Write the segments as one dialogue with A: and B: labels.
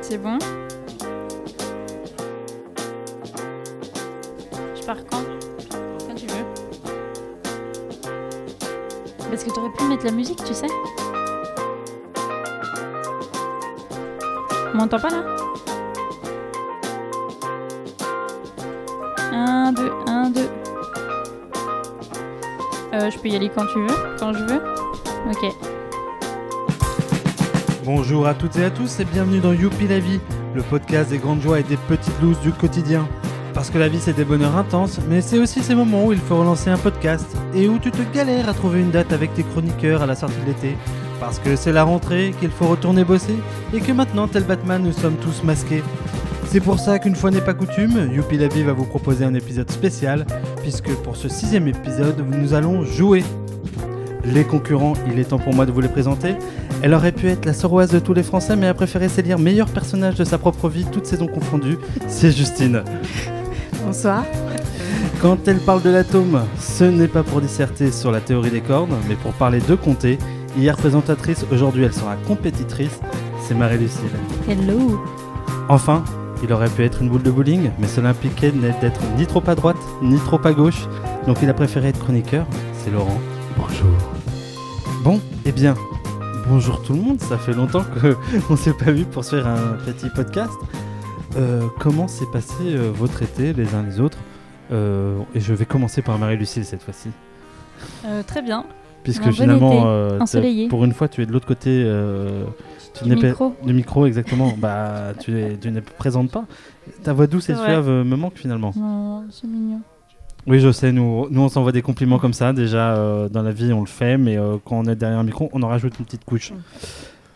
A: C'est bon Je pars quand Quand tu veux.
B: Parce que t'aurais pu mettre la musique, tu sais. On m'entend pas là 1, 2, 1, 2. Euh, je peux y aller quand tu veux, quand je veux. Ok.
C: Bonjour à toutes et à tous et bienvenue dans Youpi la vie, le podcast des grandes joies et des petites looses du quotidien. Parce que la vie c'est des bonheurs intenses, mais c'est aussi ces moments où il faut relancer un podcast et où tu te galères à trouver une date avec tes chroniqueurs à la sortie de l'été. Parce que c'est la rentrée, qu'il faut retourner bosser et que maintenant, tel Batman, nous sommes tous masqués. C'est pour ça qu'une fois n'est pas coutume, Youpi la vie va vous proposer un épisode spécial, puisque pour ce sixième épisode, nous allons jouer. Les concurrents, il est temps pour moi de vous les présenter. Elle aurait pu être la soroise de tous les Français, mais a préféré s'élire meilleur personnage de sa propre vie, toutes saisons confondues. C'est Justine.
D: Bonsoir.
C: Quand elle parle de l'atome, ce n'est pas pour disserter sur la théorie des cordes, mais pour parler de comté. Hier présentatrice, aujourd'hui elle sera compétitrice. C'est Marie-Lucille.
B: Hello
C: Enfin, il aurait pu être une boule de bowling, mais cela impliquait d'être ni trop à droite, ni trop à gauche. Donc il a préféré être chroniqueur. C'est Laurent.
E: Bonjour.
C: Bon, eh bien, bonjour tout le monde. Ça fait longtemps qu'on ne s'est pas vu pour se faire un petit podcast. Euh, comment s'est passé euh, votre été les uns les autres Euh, Et je vais commencer par Marie-Lucille cette fois-ci.
B: Euh, Très bien.
C: Puisque
B: Un bon
C: finalement,
B: été,
C: euh, t'as-
B: ensoleillé.
C: pour une fois, tu es de l'autre côté euh, tu
B: Du
C: n'es pas-
B: micro.
C: du micro, exactement. bah, tu, es- tu ne présentes pas. Ta voix douce et
B: C'est
C: suave euh, me manque finalement.
B: Oh, c'est mignon.
C: Oui, je sais, nous, nous on s'envoie des compliments comme ça. Déjà, euh, dans la vie, on le fait, mais euh, quand on est derrière un micro, on en rajoute une petite couche.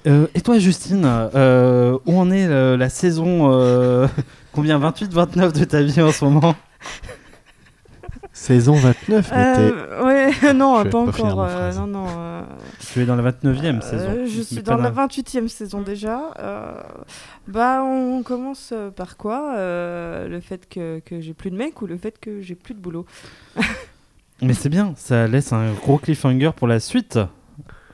C: Euh, et toi, Justine, euh, où en est euh, la saison euh, combien 28-29 de ta vie en ce moment
E: Saison 29 l'été.
D: Euh, ouais, non,
E: Je vais
D: pas
E: pas finir
D: encore.
E: ma
D: euh,
E: phrase.
D: non, non. euh,
C: Tu es dans la 29e saison.
D: euh, je
C: mais
D: suis
C: pas
D: dans la 28e saison déjà. Euh, bah, on commence euh, par quoi Euh, Le fait que, que j'ai plus de mec ou le fait que j'ai plus de boulot
C: Mais c'est bien, ça laisse un gros cliffhanger pour la suite.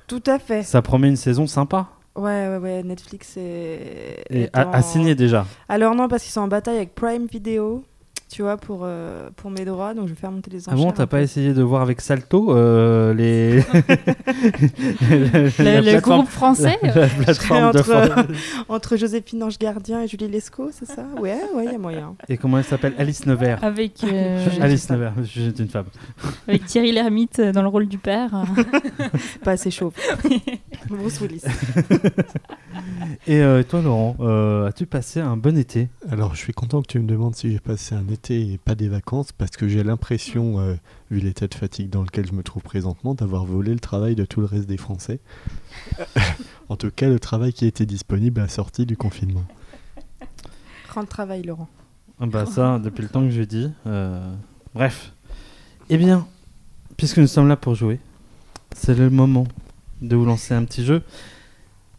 D: Tout à fait.
C: Ça promet une saison sympa.
D: Ouais, ouais, ouais. Netflix est.
C: Et
D: est
C: à,
D: en-
C: à signer déjà.
D: Alors, non, parce qu'ils sont en bataille avec Prime Video, tu vois, pour, euh, pour mes droits. Donc, je vais faire monter les
C: Ah
D: enchères.
C: bon, t'as pas essayé de voir avec Salto euh, les.
B: Le,
C: la
B: le
C: plateforme-
B: groupe français
C: la-
B: euh,
C: la plateforme de
D: entre-
C: forme.
D: Entre Joséphine Ange Gardien et Julie Lescaut, c'est ça Ouais, ouais, il y a moyen.
C: Et comment elle s'appelle Alice Nevers.
B: avec, euh,
D: je-
C: Alice Nevers, c'est une femme.
B: avec Thierry Lhermitte euh, dans le rôle du père.
D: Pas assez Bah, chaud. Bruce Willis.
C: Et euh, toi, Laurent, euh, as-tu passé un bon été
E: Alors, je suis content que tu me demandes si j'ai passé un été et pas des vacances, parce que j'ai l'impression, euh, vu l'état de fatigue dans lequel je me trouve présentement, d'avoir volé le travail de tout le reste des Français. en tout cas, le travail qui était disponible à la sortie du confinement.
D: Rends le travail, Laurent.
C: Ah Bah ça, depuis le temps que je dis. euh, Bref. Eh bien, puisque nous sommes là pour jouer, c'est le moment de vous lancer un petit jeu.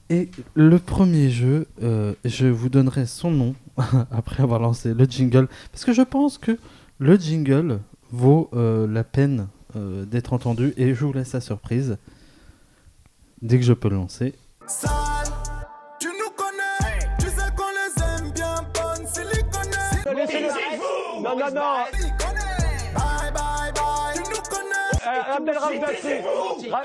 C: Et le premier jeu, euh, je vous donnerai son nom après avoir lancé le jingle, parce que je pense que le jingle vaut euh, la peine euh, d'être entendu, et je vous laisse la surprise. Dès que je peux le lancer,
F: Sale, tu nous connais, tu sais qu'on les aime bien bonnes, siliconées.
G: Connaissez-vous Non, non, non,
F: Siliconées. Bye bye bye, tu nous connais,
G: euh, Abdel Ramsdassi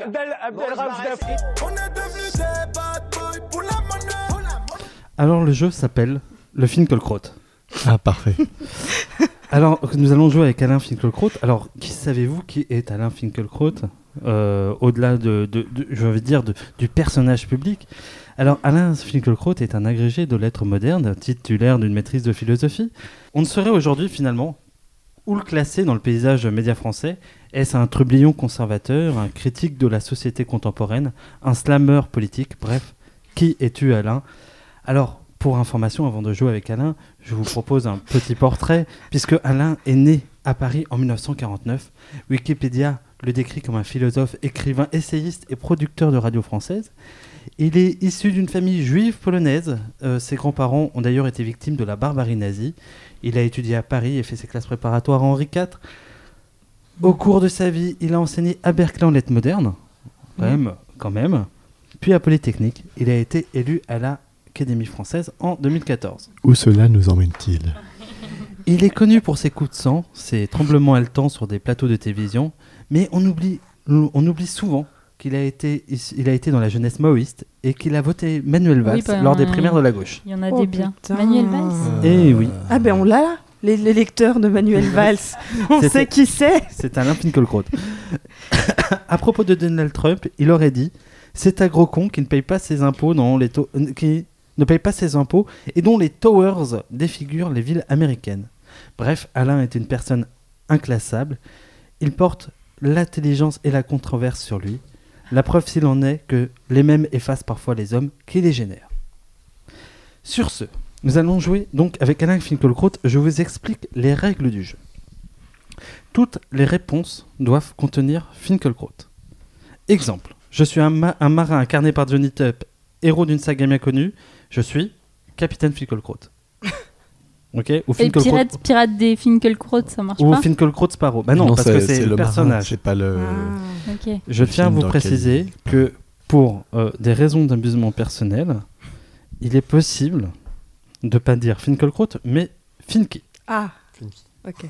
G: Abdel, Abdel Ramsdassi
F: on est devenus des bad boys pour la monnaie.
C: alors le jeu s'appelle le film Colcrotte.
E: Ah, parfait.
C: Alors, nous allons jouer avec Alain Finkielkraut. Alors, qui savez-vous qui est Alain Finkielkraut Euh, Au-delà de, de- de- je veux dire, de- du personnage public. Alors, Alain Finkielkraut est un agrégé de lettres modernes, titulaire d'une maîtrise de philosophie. On ne saurait aujourd'hui, finalement, où le classer dans le paysage média français. Est-ce un trublion conservateur, un critique de la société contemporaine, un slammer politique Bref, qui es-tu, Alain Alors, pour information, avant de jouer avec Alain, je vous propose un petit portrait puisque Alain est né à Paris en 1949. Wikipédia le décrit comme un philosophe, écrivain, essayiste et producteur de radio française. Il est issu d'une famille juive polonaise. Euh, ses grands-parents ont d'ailleurs été victimes de la barbarie nazie. Il a étudié à Paris et fait ses classes préparatoires à Henri IV. Au cours de sa vie, il a enseigné à Berkeley en lettres modernes, quand même, quand même. Puis à Polytechnique, il a été élu à la l'Académie française en 2014.
E: Où cela nous emmène-t-il
C: Il est connu pour ses coups de sang, ses tremblements haletants sur des plateaux de télévision, mais on oublie, on oublie souvent qu'il a été, il a été dans la jeunesse maoïste et qu'il a voté Manuel Valls
B: Oui, bah,
C: lors des
B: oui.
C: primaires de la gauche.
B: Il y en a
D: Oh,
B: des biens.
D: putain.
B: Manuel Valls
C: Eh oui,
D: Ah ben on l'a là, les, les lecteurs de Manuel Valls. on
C: C'est-
D: sait qui c'est.
C: c'est un Finkielkraut. à propos de Donald Trump, il aurait dit c'est un gros con qui ne paye pas ses impôts dans les taux- euh, qui ne paye pas ses impôts et dont les towers défigurent les villes américaines. Bref, Alain est une personne inclassable. Il porte l'intelligence et la controverse sur lui. La preuve s'il en est que les mêmes effacent parfois les hommes qui les génèrent. Sur ce, nous allons jouer donc avec Alain Finkielkraut. Je vous explique les règles du jeu. Toutes les réponses doivent contenir Finkelkraut. Exemple, je suis un, ma- un marin incarné par Johnny Depp, héros d'une saga bien connue, je suis Capitaine Finkelkraut. ok Ou
B: Et
C: Finkelkraut,
B: pirate, pirate des Finkelkraut, ça marche
C: ou
B: pas
C: Finkelkraut Sparrow. Bah non, parce que c'est le
E: marin,
C: personnage.
E: C'est pas le.
C: Euh,
D: Ah.
B: Ok.
C: Je
E: Le
C: tiens à
E: film
C: vous
E: dans lequel
C: préciser
E: il-
C: que pour euh, des raisons d'amusement personnel, il est possible de pas dire Finkelkraut, mais Finky.
D: Ah, ok.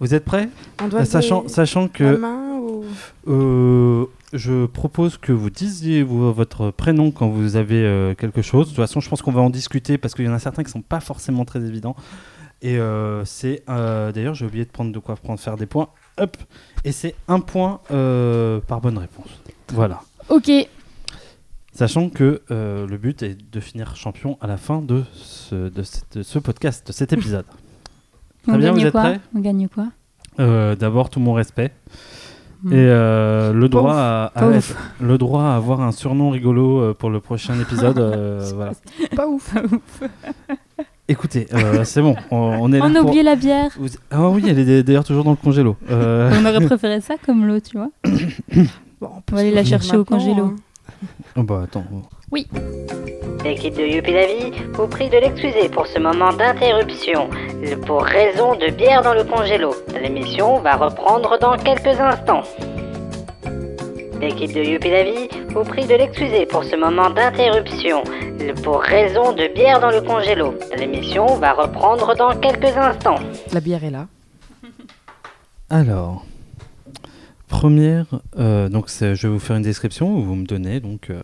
C: Vous êtes prêts
D: On doit
C: Euh, sachant,
D: des-
C: sachant que...
D: la main ou...
C: Euh, je propose que vous disiez vo- votre prénom quand vous avez euh, quelque chose. De toute façon, je pense qu'on va en discuter parce qu'il y en a certains qui sont pas forcément très évidents. Et euh, c'est euh, d'ailleurs, j'ai oublié de prendre de quoi prendre, faire des points. Hop, et c'est un point euh, par bonne réponse. Voilà.
B: Ok.
C: Sachant que euh, le but est de finir champion à la fin de ce, de cette- de ce podcast, de cet épisode.
B: On
C: bien, vous
B: gagne
C: êtes
B: quoi
C: prêts
B: On gagne quoi
C: Euh, D'abord, tout mon respect.
B: Mm.
C: Et euh, le, droit
D: ouf.
C: à, à
B: Pas
C: être- le droit à avoir un surnom rigolo euh, pour le prochain épisode. euh, voilà.
D: Pas ouf.
C: Écoutez, euh, c'est bon, on, on est là.
B: On a
C: pour-
B: oublié la bière.
C: Vous- Ah oui, elle est d'ailleurs toujours dans le congélo. Euh,
B: On aurait préféré ça comme l'eau, tu vois.
D: Bon, on
B: On
D: peut
B: va aller
D: se
B: la
D: dire
B: chercher au
D: maintenant,
B: congélo.
D: hein.
C: oh bah attends.
H: L'équipe de Youpi la Vie vous prie de l'excuser pour ce moment d'interruption, pour raison de bière dans le congélo. L'émission va reprendre dans quelques instants. L'équipe de Youpi la Vie vous prie de l'excuser pour ce moment d'interruption, pour raison de bière dans le congélo. L'émission va reprendre dans quelques instants.
D: La bière est là.
C: Alors, première, euh, donc c'est- je vais vous faire une description où vous me donnez donc euh,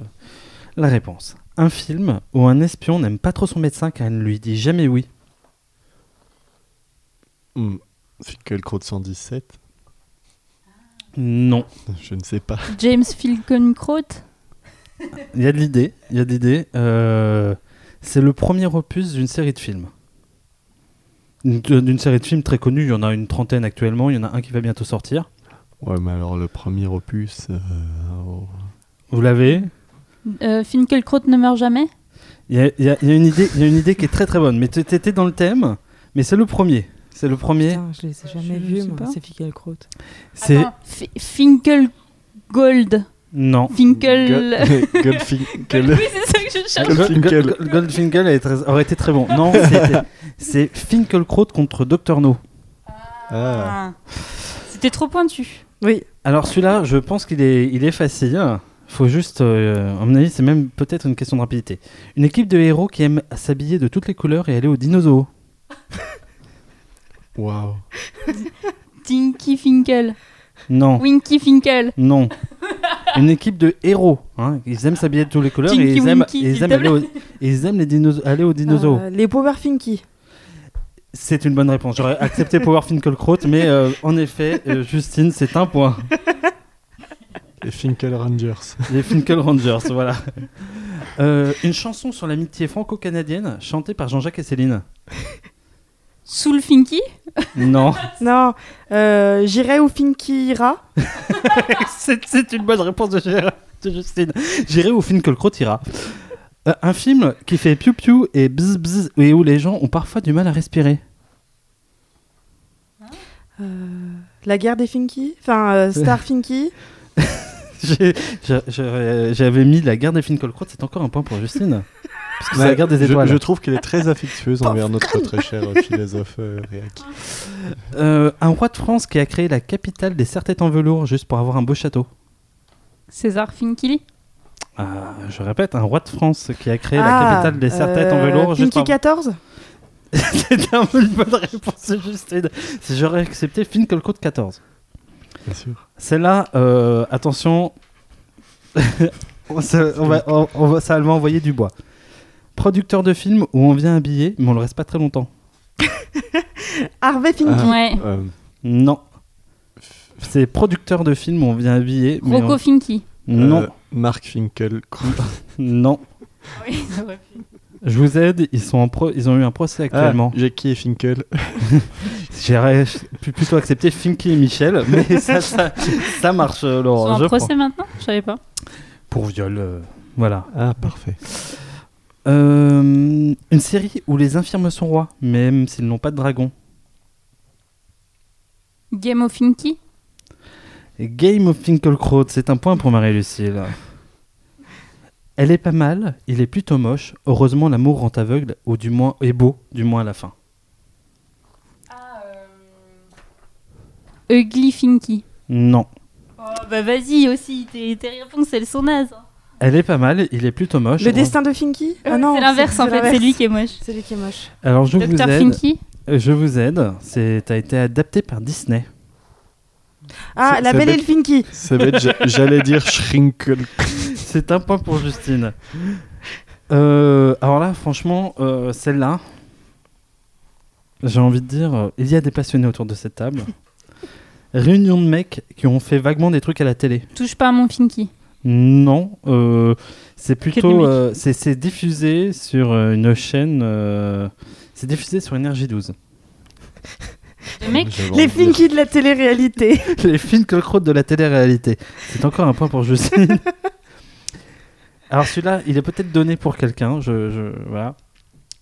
C: la réponse. Un film où un espion n'aime pas trop son médecin car il ne lui dit jamais oui.
E: Hmm. Finkielkraut 117
C: Non.
E: Je ne sais pas.
B: James Finkelkraut.
C: Il y a de l'idée, il y a de l'idée. Euh, c'est le premier opus d'une série de films. D'une- D'une série de films très connue, il y en a une trentaine actuellement, il y en a un qui va bientôt sortir.
E: Ouais, mais alors le premier opus. euh, oh.
C: Vous l'avez
B: Euh, Finkelkraut ne meurt jamais
C: Il y a, il y a- il y a une idée- il y a une idée qui est très très bonne, mais tu- t'étais dans le thème, mais c'est le premier. C'est le premier,
D: Putain, je les ai jamais
B: je
D: vus,
B: sais
D: moi,
B: pas.
D: ces Finkielkraut.
C: c'est...
B: Attends, Ah. Fi- Finkelgold.
C: Non.
B: Finkel.
E: Gold- Goldfinkel.
B: Oui, c'est ça que je cherche.
E: Goldfinkel.
C: Gold- Gold- Goldfinkel est très- aurait été très bon. Non, c'était- c'est Finkelkraut contre Dr No.
E: Ah.
B: Ah. C'était trop pointu.
D: Oui,
C: Alors celui-là, je pense qu'il est, il est facile. Faut juste, euh, à mon avis, c'est même peut-être une question de rapidité. Une équipe de héros qui aime s'habiller de toutes les couleurs et aller au dinosaure.
E: Waouh.
B: Tinky Finkel.
C: Non,
B: Winky Finkel.
C: non. Une équipe de héros. hein. Ils aiment s'habiller de toutes les couleurs et
B: Tinky
C: ils aiment,
B: Winky,
C: et ils
B: s'il
C: aiment
B: te
C: aller, au, et ils aiment les dinosa- aller au dinosaure.
D: Euh, les Power Finky.
C: C'est une bonne réponse. J'aurais accepté Power Finkelkraut, mais euh, en effet, euh, Justine, c'est un point.
E: Les Finkel Rangers.
C: Les Finkel Rangers, voilà. Euh, une chanson sur l'amitié franco-canadienne chantée par Jean-Jacques et Céline.
B: Soul Finky.
C: Non.
D: Non, euh, j'irai où Finky ira.
C: C'est c'est une bonne réponse de, Gérard- de Justine. J'irai au film que le croc ira. Euh, un film qui fait piou piou et bzz bzz et où les gens ont parfois du mal à respirer.
D: Euh, la guerre des Finky. Enfin, euh, Star Finky.
C: J'ai- j'a- j'aurais- J'avais mis la guerre des films que le croc, c'est encore un point pour Justine. Parce que c'est la guerre des
E: Je-
C: étoiles.
E: Je, trouve qu'elle est très affectueuse envers notre très cher euh, philosophe euh, Réac.
C: Euh, un roi de France qui a créé la capitale des serre-têtes en velours juste pour avoir un beau château.
B: César Finkili.
C: un- Euh, je répète, un roi de France qui a créé
D: Ah,
C: la capitale des serre-têtes en vélo.
D: euh,
C: juste
D: Pinky
C: en-
D: 14
C: C'était un peu une bonne réponse, c'est juste une. Si j'aurais accepté Finkelkraut 14.
E: Bien sûr.
C: Celle-là, euh, attention, on se- on va- on- on va- ça va envoyer du bois. Producteur de film où on vient habillé, mais on le reste pas très longtemps.
D: Harvey Pinky.
E: Ah.
B: Ouais.
E: Euh,
C: Non. C'est producteur de film où on vient habillé, mais
B: Rocco
C: on-
B: Finky.
C: non,
E: euh, Mark Finkel.
C: non. Je vous aide, ils, sont en pro... ils ont eu un procès actuellement.
E: Ah, Jackie et Finkel.
C: J'aurais pu- plutôt accepté Finky et Michel, mais ça, ça, ça marche, euh,
B: Ils sont
C: Laurent.
B: en
C: je
B: procès
C: prends.
B: maintenant Je savais pas.
C: Pour viol, euh, voilà.
E: Ah, parfait.
C: Euh, une série où les infirmes sont rois, même s'ils n'ont pas de dragon.
B: Game of Finky
C: Game of Finkelkraut, c'est un point pour Marie-Lucille. Elle est pas mal, il est plutôt moche. Heureusement, l'amour rend aveugle, ou du moins est beau, du moins à la fin.
B: Ah, euh. Ugly Finky.
C: Non.
B: Oh bah vas-y aussi, tes, tes réponses elles sont nazes. hein.
C: Elle est pas mal, il est plutôt moche.
D: Le destin de Finky Ah non,
B: c'est l'inverse en fait, c'est lui qui est moche.
D: C'est lui qui est moche.
C: Alors je vous
B: Docteur
C: aide.
B: Finky
C: Je vous aide. C'est a été adapté par Disney.
D: Ah,
E: C'est-
D: la
E: c'est
D: belle et
E: bête.
D: le Finky.
E: Ça va être, j'a- j'allais dire Shrinkel.
C: C'est un point pour Justine. Euh, alors là, franchement, euh, celle-là, j'ai envie de dire, euh, il y a des passionnés autour de cette table. Réunion de mecs qui ont fait vaguement des trucs à la télé.
B: Touche pas à mon Finky.
C: Non, euh, c'est plutôt,
B: mec
C: euh, c'est c'est diffusé sur euh, une chaîne, euh, c'est diffusé sur Énergie 12.
B: Le mec
E: J'avais
D: Les
E: envie de dire-
D: Finky de la télé-réalité.
C: Les films crottes de la télé-réalité. C'est encore un point pour Justine. Alors celui-là, il est peut-être donné pour quelqu'un. Je, je- voilà.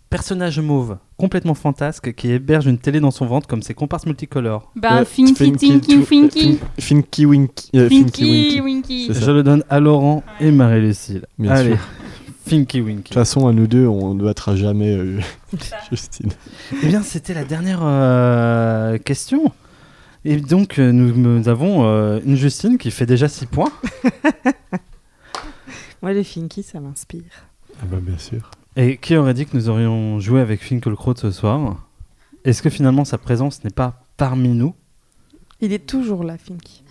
C: Personnage mauve, complètement fantasque, qui héberge une télé dans son ventre comme ses comparses multicolores.
B: Bah
E: Euh,
B: Finky, Tinky,
E: Too-
B: Finky.
E: Fin- Finky Winky. euh, Finky Winky.
B: Finky,
E: De
B: Winky.
E: C'est ça.
C: Je le donne à Laurent et Marie-Lucille.
E: Bien
C: Allez,
E: sûr.
C: Finky Winky.
E: toute façon, à nous deux, on ne battra jamais euh, Justine.
C: Eh bien, c'était la dernière euh, question. Et donc, euh, nous, nous avons euh, une Justine qui fait déjà 6 points.
D: Moi, les Finky, ça m'inspire.
E: Ah bah bien sûr.
C: Et qui aurait dit que nous aurions joué avec Finkelkraut ce soir Est-ce que finalement sa présence n'est pas parmi nous
D: Il est toujours là, Finky.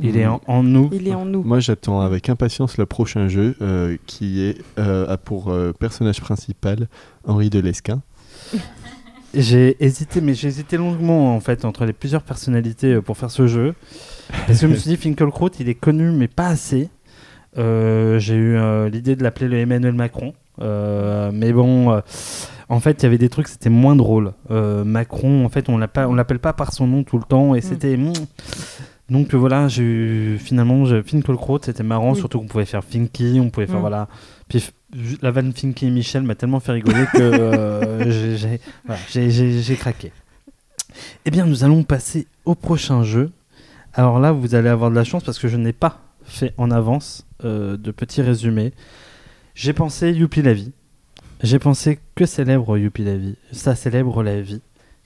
C: Il est en, en nous.
D: Il est en nous.
E: Moi, j'attends avec impatience le prochain jeu euh, qui est euh, a pour euh, personnage principal Henri de Lesquin.
C: J'ai hésité, mais j'ai hésité longuement en fait entre les plusieurs personnalités euh, pour faire ce jeu. Parce que je me suis dit Finkelkraut, il est connu mais pas assez. Euh, j'ai eu euh, l'idée de l'appeler le Emmanuel Macron. Euh, mais bon, euh, en fait, il y avait des trucs, c'était moins drôle. Euh, Macron, en fait, on l'a pas- on l'appelle pas par son nom tout le temps, et c'était. mm. Donc euh, voilà, j'ai eu- finalement j'ai- Finkelkraut, c'était marrant,
D: Oui.
C: surtout qu'on pouvait faire Finky, on pouvait faire
D: Mm.
C: voilà. Puis f- ju- la vanne Finky et Michel m'a tellement fait rigoler que euh, j'ai- j'ai voilà, j'ai- j'ai- j'ai craqué. Eh bien, nous allons passer au prochain jeu. Alors là, vous allez avoir de la chance parce que je n'ai pas fait en avance euh, de petits résumés. J'ai pensé Youpi la vie. J'ai pensé que célèbre Youpi la vie. Ça célèbre la vie.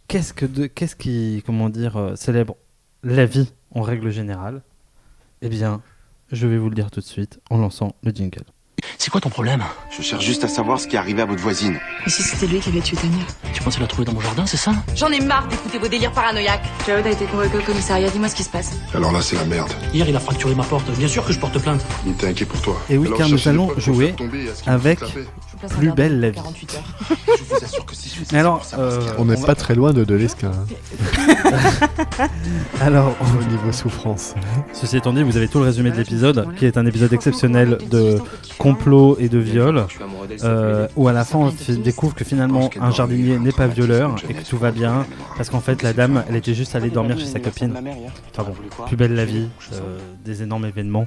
C: Qu'est-ce que de, qu'est-ce qui, comment dire, euh, célèbre la vie en règle générale Eh bien, je vais vous le dire tout de suite en lançant le jingle.
I: C'est quoi ton problème
F: Je cherche juste à savoir ce qui est arrivé à votre voisine.
J: Et si c'était lui qui avait tué Tania
I: Tu pensais la trouver dans mon jardin, c'est ça
J: J'en ai marre d'écouter vos délires paranoïaques. Jaod a été convoqué au commissariat, dis-moi ce qui se passe.
F: Alors là, c'est la merde.
I: Hier, il a fracturé ma porte. Bien sûr que je porte plainte.
F: Il était inquiet pour toi.
C: Et oui, car nous
F: cherchez des
C: allons
F: preuves pour
C: jouer
F: faire tomber à ce qu'il
C: avec-
F: vous tapait.
J: Je vous place en
C: Plus
J: garde
C: belle
J: à
C: la vie.
J: 48 heures.
F: Je vous assure que si je suis
C: Mais alors,
F: ça, parce qu'il y a-
C: euh,
E: On n'est
C: va-
E: pas très loin de de Lesquin hein,
C: Alors,
E: au niveau souffrance.
C: Ceci étant dit, vous avez tout le résumé de l'épisode, qui est un épisode
J: Franchement,
C: exceptionnel
J: comment on
C: de
J: fait juste un peu
C: complot et de viol,
I: Je suis amoureux d'elle.
C: euh, où à la fin on fi- découvre que
F: Je
C: finalement
F: pense qu'elle
C: un
F: doit
C: jardinier
F: avoir eu
C: n'est pas
F: un traumatisme
C: violeur
F: de
C: et que
F: jeunesse
C: tout va
F: pour la
C: bien,
F: mémoire.
C: parce qu'en fait la dame, elle était juste allée dormir chez sa copine. Enfin bon, plus belle la vie, euh, des énormes événements.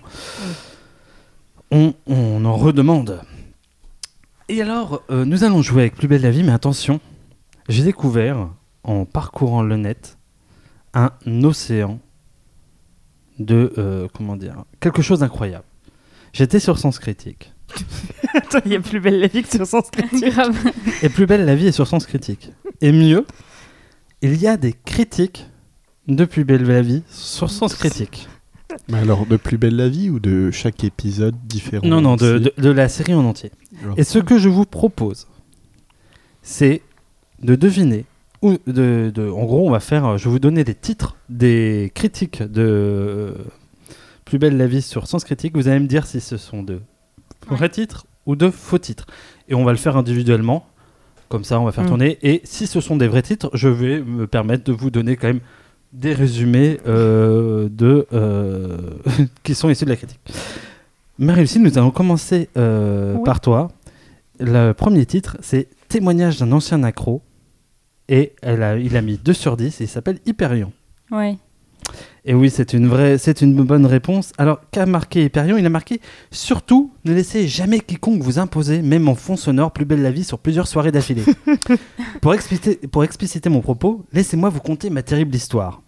C: On, on en redemande. Et alors, euh, nous allons jouer avec Plus belle la vie, mais attention, j'ai découvert, en parcourant le net, un océan de, euh, comment dire, quelque chose d'incroyable. J'étais sur Sens Critique.
D: Attends, il y a plus belle la vie que sur Sens Critique.
B: Grave.
C: Et plus belle la vie est sur Sens Critique. Et mieux, il y a des critiques de Plus belle la vie sur Sens Critique.
E: Mais alors, de plus belle la vie ou de chaque épisode différent
C: Non, non, de,
E: aussi
C: de- de la série en entier.
E: Genre.
C: Et ce que je vous propose, c'est de deviner. Ou de, de- en gros, on va faire. euh, Je vais vous donner des titres des critiques de euh, Plus belle la vie sur Sens Critique. Vous allez me dire si ce sont de vrais titres ou de faux titres. Et on va le faire individuellement. Comme ça, on va faire
D: Mm.
C: tourner. Et si ce sont des vrais titres, je vais me permettre de vous donner quand même des résumés euh, de, euh, qui sont issus de la critique. Marie-Lucie, nous allons commencer euh,
B: Oui.
C: par toi. Le premier titre, c'est Témoignage d'un ancien accro. Et elle a, il a mis 2 sur 10 et il s'appelle Hyperion.
B: Ouais.
C: Et oui, c'est une vraie, c'est une bonne réponse. Alors qu'a marqué Hyperion Il a marqué surtout ne laissez jamais quiconque vous imposer, même en fond sonore, plus belle la vie sur plusieurs soirées d'affilée. pour expliciter, pour expliciter mon propos, laissez-moi vous conter ma terrible histoire.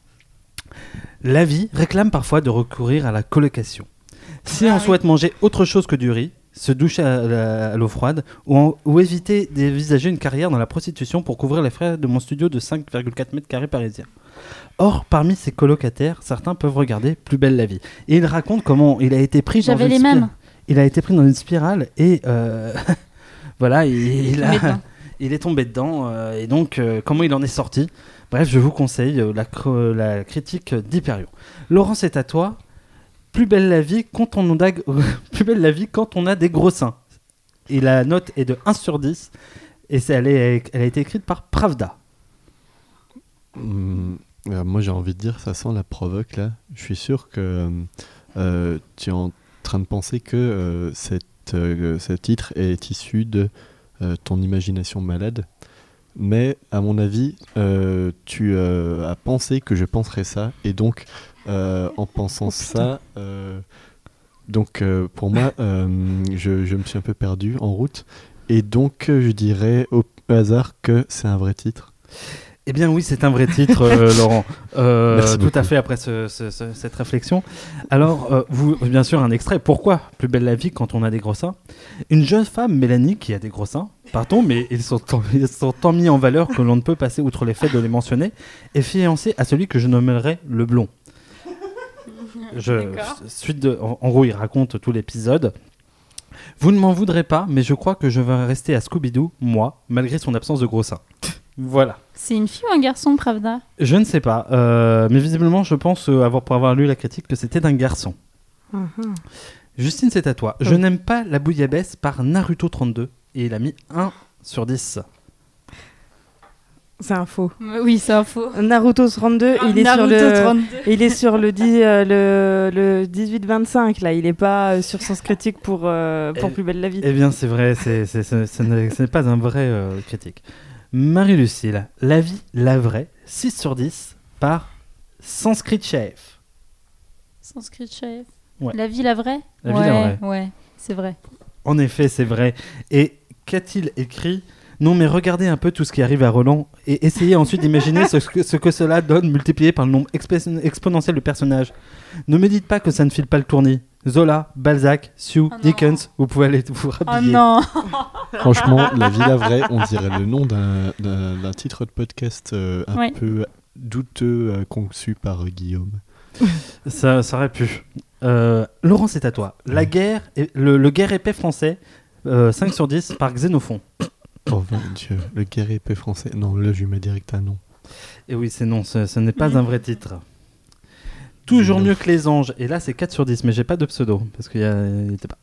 C: La vie réclame parfois de recourir à la colocation. Si on souhaite manger autre chose que du riz, se doucher à, la- à l'eau froide ou, en- ou éviter d'envisager une carrière dans la prostitution pour couvrir les frais de mon studio de 5,4 mètres carrés parisien. Or, parmi ses colocataires, certains peuvent regarder Plus belle la vie. Et il raconte comment il a été pris dans
B: J'avais
C: une
B: les
C: spirale.
B: mêmes.
C: Il a été pris dans une spirale et euh, voilà, il, il a-
B: Tombé dedans.
C: il est tombé dedans. euh, et donc, euh, comment il en est sorti Bref, je vous conseille euh, la, cre- la critique d'Hyperion. Laurent, c'est à toi. Plus belle la vie quand on, a... Plus belle la vie quand on a des gros seins. Et la note est de 1 sur 10. Et c'est- elle, est- elle a été écrite par Pravda.
E: Hum, euh, moi, j'ai envie de dire, ça sent la provoque là. Je suis sûr que euh, euh, tu es en train de penser que euh, cette, euh, ce titre est issu de euh, ton imagination malade. Mais à mon avis, euh, tu euh, as pensé que je penserais ça. Et donc, euh, en pensant ça, euh, donc euh, pour moi, euh, je, je me suis un peu perdu en route. Et donc, euh, je dirais au hasard que c'est un vrai titre.
C: Eh bien oui, c'est un vrai titre, euh, Laurent. Euh,
E: Merci
C: tout à
E: beaucoup.
C: fait après ce- ce- ce- cette réflexion. Alors, euh, vous, bien sûr, un extrait. Pourquoi plus belle la vie quand on a des gros seins Une jeune femme, Mélanie, qui a des gros seins, pardon, mais ils sont, tant, ils sont tant mis en valeur que l'on ne peut passer outre les faits de les mentionner, est fiancée à celui que je nommerai le blond. Je,
B: D'accord.
C: suite de, en, en gros, il raconte tout l'épisode. Vous ne m'en voudrez pas, mais je crois que je vais rester à Scooby-Doo, moi, malgré son absence de gros seins. Voilà.
B: C'est une fille ou un garçon, Pravda
C: Je ne sais pas, euh, mais visiblement, je pense euh, avoir pour avoir lu la critique que c'était d'un garçon.
D: Uh-huh.
C: Justine, c'est à toi. Je
D: Oui.
C: n'aime pas la bouillabaisse par Naruto 32 et il a mis 1 sur 10.
D: C'est un faux.
B: Oui, c'est un faux.
D: Naruto
B: Euh,
D: 32, il est
B: Ah, Naruto
D: sur le
B: 32.
D: il est sur le dix- euh, le, le 18 25 là, il est pas euh, sur Sens critique pour euh, pour
C: Eh-
D: plus belle la vie.
C: Eh bien, c'est vrai, c'est- c'est- c'est- ce n'est ce n'est pas un vrai euh, critique. Marie-Lucille, La vie, la vraie, 6 sur 10 par Sanskrit Chef.
B: Sanskrit chef.
C: Ouais.
B: La vie, la vraie
C: La
B: ouais,
C: vie, la
B: Ouais, c'est vrai.
C: En effet, c'est vrai. Et qu'a-t-il écrit Non, mais regardez un peu tout ce qui arrive à Roland et essayez ensuite d'imaginer ce, que- ce que cela donne multiplié par le nombre expo- exponentiel de personnages. Ne me dites pas que ça ne file pas le tournis. Zola, Balzac, Sue,
B: Oh non.
C: Dickens, vous pouvez aller vous
B: Oh
C: rhabiller.
B: non
E: Franchement, La Villa Vraie, on dirait le nom d'un- d'un d'un titre de podcast euh, un
B: Ouais.
E: peu douteux euh, conçu par Guillaume.
C: ça, ça aurait pu. Euh, Laurent, c'est à toi. La guerre, et- le, le guerre épais français, euh, 5 sur 10 par Xénophon.
E: Oh mon dieu, le guerrier épais français. Non, là, je lui mets direct un nom.
C: Et oui, c'est non, ce, ce n'est pas un vrai titre. Toujours mieux que les anges. Et là, c'est 4 sur 10, mais j'ai pas de pseudo, parce qu'il y a- il était pas.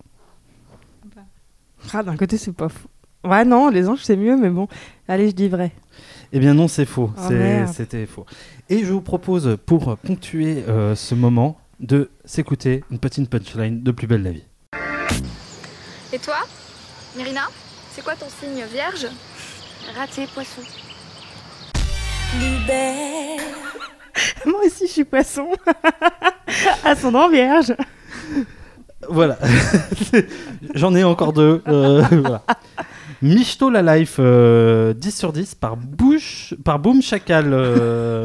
D: Ah, d'un côté c'est pas faux. Ouais non, les anges c'est mieux mais bon, allez, je dis vrai.
C: Eh bien non, c'est
B: Oh,
C: faux.
D: Ah,
C: C'est-
D: merde.
C: C'était faux. Et je vous propose, pour ponctuer euh, ce moment, de s'écouter une petite punchline de Plus belle la vie.
K: Et toi Myrina, c'est quoi ton signe vierge Raté, poisson.
D: Moi aussi je suis poisson. Ascendant vierge.
C: Voilà. C'est- J'en ai encore deux. euh, voilà. Michto la life, euh, 10 sur 10 par, Bush, par Boom Chacal, euh,